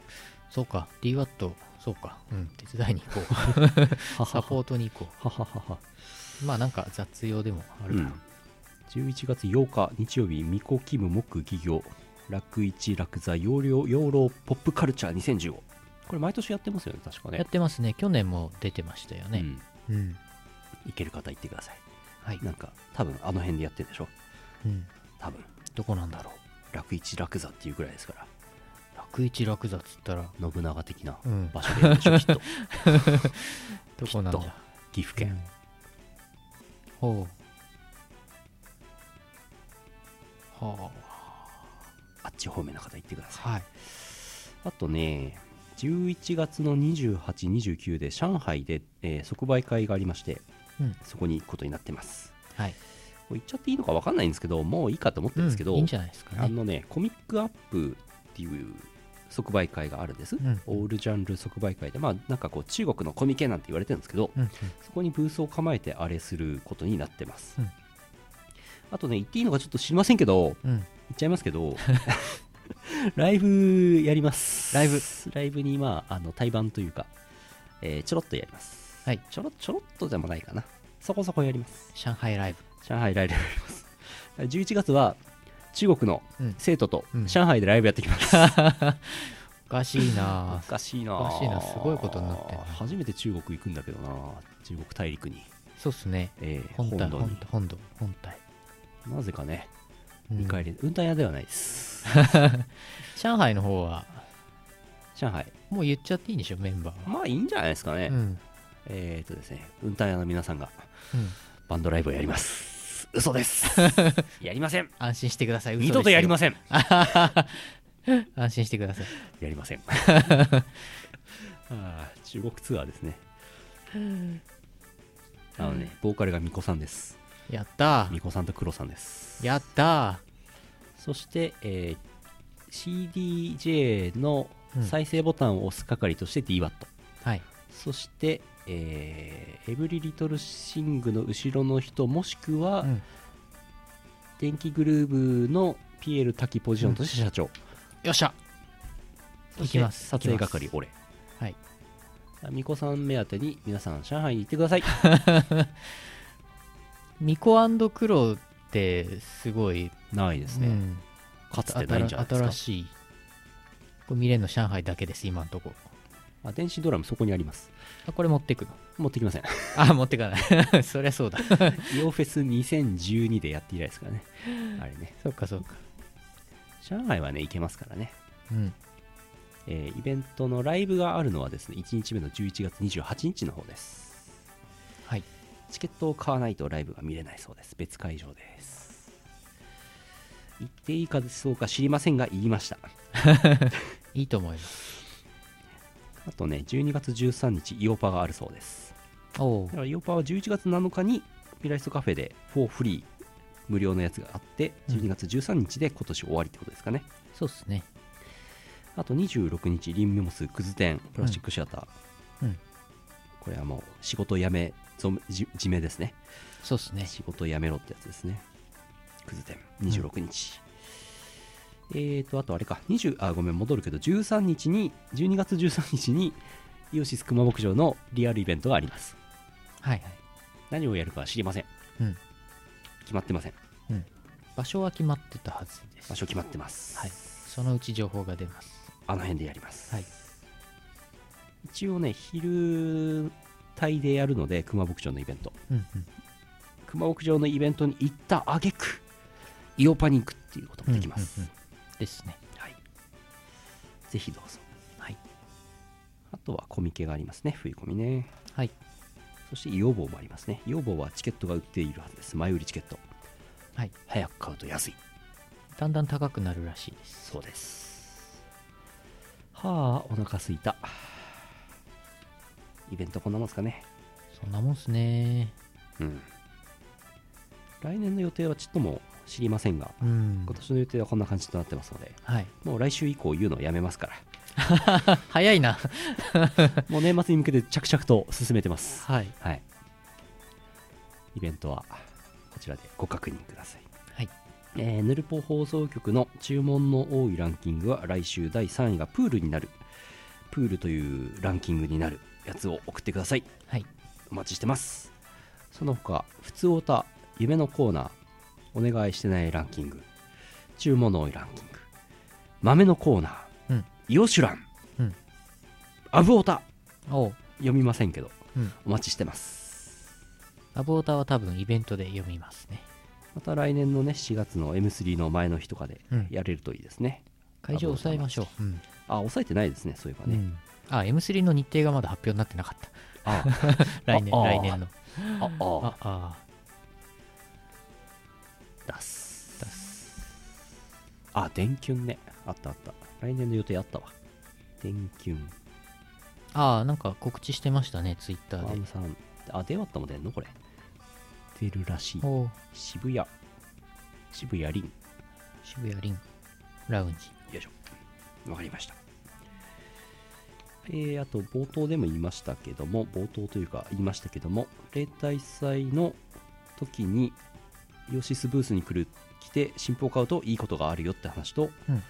B: そうか DWAT そうかうん手伝いに行こ [LAUGHS] うサポートに行こ
A: はははは
B: うまあなんか雑用でもあるだろう、
A: 11月8日日曜日巫女キム木企業楽市楽座養老養老ポップカルチャー2015これ毎年やってますよね確かね
B: やってますね去年も出てましたよ
A: う
B: ね
A: ん
B: うん、
A: 行ける方行ってください
B: はい、
A: なんか多分あの辺でやってるでしょ
B: うん、
A: 多分
B: どこなんだろう
A: 楽市楽座っていうぐらいですから
B: 楽市楽座っつったら
A: 信長的な
B: うん
A: 場所でやるでしょ、
B: [LAUGHS]
A: きっと
B: どこなんだ
A: きっと岐阜県、
B: うんほうは
A: あっち方面の方行ってください
B: あはい
A: あとね11月の28、29で上海で、えー即売会がありまして、
B: うん
A: そこに行くことになってます
B: はい、
A: これ言っちゃっていいのか分かんないんですけどもういいかと思ってるんですけど、
B: うんいいんじゃないですか
A: あ
B: ね
A: のねコミックアップっていう即売会があるんです、
B: うん
A: オールジャンル即売会でまあなんかこう中国のコミケなんて言われてるんですけど、
B: うんうん
A: そこにブースを構えてあれすることになってます、
B: うん
A: あとね言っていいのかちょっと知りませんけど言
B: うん
A: っちゃいますけ
B: [LAUGHS]
A: どライブやります
B: ライブ
A: ライブにまああの対バンというか、えーちょろっとやります
B: はい
A: ちょろちょろっとでもないかなそこそこやります
B: 上海ライブ
A: 上海ライブやります11月は中国の生徒と
B: うんうん
A: 上海でライブやってきます、
B: おかしいな
A: おかしいなぁ
B: おかしいなすごいことになってんね
A: 初めて中国行くんだけどな中国大陸に、
B: そうっすね
A: えー
B: 本体
A: 本土
B: 本
A: に
B: 体本土本体、
A: なぜかね
B: うん
A: 見返り、運転屋ではないです
B: [LAUGHS] 上海の方は
A: 上海
B: もう言っちゃっていいんでしょメンバーは
A: まあいいんじゃないですかね、
B: うん
A: えー、っとですね運転屋の皆さんが
B: うん
A: バンドライブをやります嘘です
B: [LAUGHS]
A: やりません
B: 安心してください
A: 二度とやりません
B: す [LAUGHS] 安心してください
A: やりませ [LAUGHS] んあー中国ツアーですねあのねボーカルが巫女さんです
B: やったー
A: 巫女さんと黒さんです
B: やった
A: そして、えー CDJ の
B: うん
A: 再生ボタンを押す係として DWAT、
B: ーはい
A: そして、えーエブリリトルシングの後ろの人もしくは、
B: うん
A: 電気グルーヴのピエール滝ポジションとして社長、
B: よっしゃ
A: そし
B: 行き
A: て
B: ます
A: 撮影
B: 行きます
A: 係俺
B: はい
A: 巫女さん目当て
B: [LAUGHS]
A: に皆さん上海に行ってください
B: ミコ黒ってすごい、
A: ないですね、
B: うん
A: かつてないんじゃないですか
B: 新しいこれ見れるの上海だけです今のとこ
A: あ電子ドラムそこにあります
B: あこれ持ってくの
A: 持ってきま
B: [LAUGHS]
A: せん
B: あ持ってかない [LAUGHS] そりゃそうだ
A: イオフェス2012でやって以来です
B: [LAUGHS]
A: からねあれね
B: そっかそっか
A: 上海はね行けますからね、
B: うん
A: えーイベントのライブがあるのはですね1日目の11月28日の方です
B: はい
A: チケットを買わないとライブが見れないそうです別会場です行っていいかそうか知りませんが言いました
B: いいと思います
A: あとね12月13日イオパがあるそうです
B: おお
A: だからイオパは11月7日にピライストカフェでフォーフリー無料のやつがあって
B: うん
A: 12月13日で今年終わりってことですかね、
B: そうっすね
A: あと26日リンメモスクズ店プラスチックシアター、
B: うん
A: これはもう仕事辞めぞじじめですね
B: そうっすね
A: 仕事辞めろってやつですね。クズ店、26日。えーと、あとあれか、20、あ、ごめん、戻るけど、13日に、12月13日に、イオシス熊牧場のリアルイベントがあります。
B: はいはい
A: 何をやるかは知りません。
B: うん
A: 決まってません。
B: うん場所は決まってたはずです
A: 場所決まってます。
B: はいそのうち情報が出ます
A: あの辺でやります。
B: はい
A: 一応ね、昼帯でやるので、熊牧場のイベント。
B: うんうん
A: 熊牧場のイベントに行った挙句イオパニックっていうこともできます。
B: うんうんうんですね
A: はい、ぜひどうぞ、はい、あとはコミケがありますね冬コミね
B: はい
A: そしてイオボーもありますねイオボーはチケットが売っているはずです前売りチケット
B: はい
A: 早く買うと安い
B: だんだん高くなるらしいです
A: そうですはあお腹すいたイベントこんなもんですかね
B: そんなもんっすね
A: うん来年の予定はちょっともう知りませんが
B: うん
A: 今年の予定はこんな感じとなってますので
B: はい
A: もう来週以降言うのをやめますから
B: 早いな
A: もう年末に向けて着々と進めてます
B: はい
A: はい。イベントはこちらでご確認ください。
B: はい
A: えーヌルポ放送局の注文の多いランキングは来週第3位がプールになる。プールというランキングになるやつを送ってください。
B: はい
A: お待ちしてます。その他、普通オタ、夢のコーナー、お願いしてないランキング、注文の多いランキング、豆のコーナー、
B: うん
A: イオシュラン、
B: うん
A: アブオタ、
B: おう
A: 読みませんけど、
B: うん
A: お待ちしてます。
B: アボーターは多分イベントで読みますね
A: また来年のね4月の M3 の前の日とかで
B: うん
A: やれるといいですね、
B: 会場抑えましょう、うん
A: あ抑えてないですねそういえば
B: う
A: ね、
B: んあ M3 の日程がまだ発表になってなかった [LAUGHS]
A: あ
B: 来年
A: ああ
B: 来年の
A: ああ
B: ああ
A: 出すあ電キュンねあったあった来年の予定あったわ電キュン
B: ああなんか告知してましたねツイッタ
A: ア
B: ー
A: ー
B: で
A: ムさんあ出ワッタも出んのこれ出るらしい
B: おう
A: 渋谷渋谷リンよ
B: 渋谷リンラウンジ
A: いしょわかりましたえー、あと冒頭でも言いましたけども冒頭というか言いましたけども例大祭の時にイオシスブースに来る来て新報を買うといいことがあるよって話と、
B: うん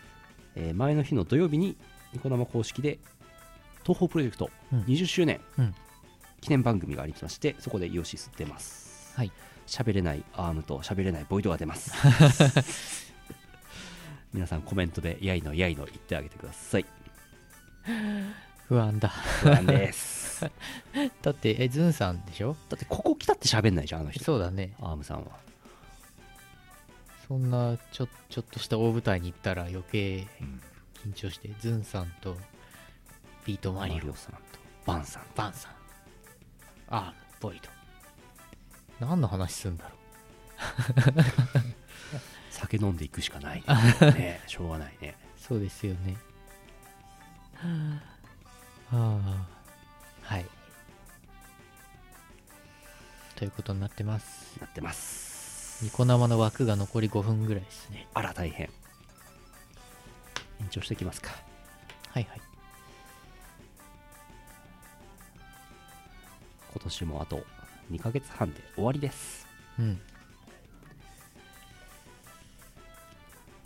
A: えー前の日の土曜日にニコ生公式で東宝プロジェクト
B: うん
A: 20周年
B: うん
A: 記念番組がありましてそこでイオシス出ます
B: はい
A: 喋れないアームと喋れないボイドが出ます
B: [LAUGHS]
A: 皆さんコメントでやいのやいの言ってあげてください
B: 不安だ
A: 不安です
B: [LAUGHS]
A: だ
B: だってえズンさんでしょ
A: ってここ来たって喋んないじゃんあの人
B: そうだね
A: アームさんは
B: そんなちょちょっとした大舞台に行ったら余計
A: ん
B: 緊張して、ズンさんとビートマ
A: マ
B: リ
A: リ
B: オ
A: オさんとバンさん
B: バンさんあーボイド何の話すんだろ
A: 酒飲んでいくしか
B: [LAUGHS]
A: ないねねしょうがないね
B: うそうですよねはあはいということになってます
A: なってます
B: ニコ生の枠が残り5分ぐらいですね
A: あら大変延長してきますか
B: はいはい
A: 今年もあと2ヶ月半で終わりです
B: うん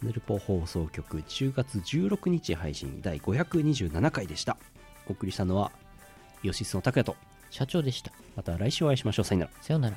A: ヌルポ放送局10月16日配信第527回でしたお送りしたのはイオシスの拓也と
B: 社長でした
A: また来週お会いしましょうさよなら
B: さようなら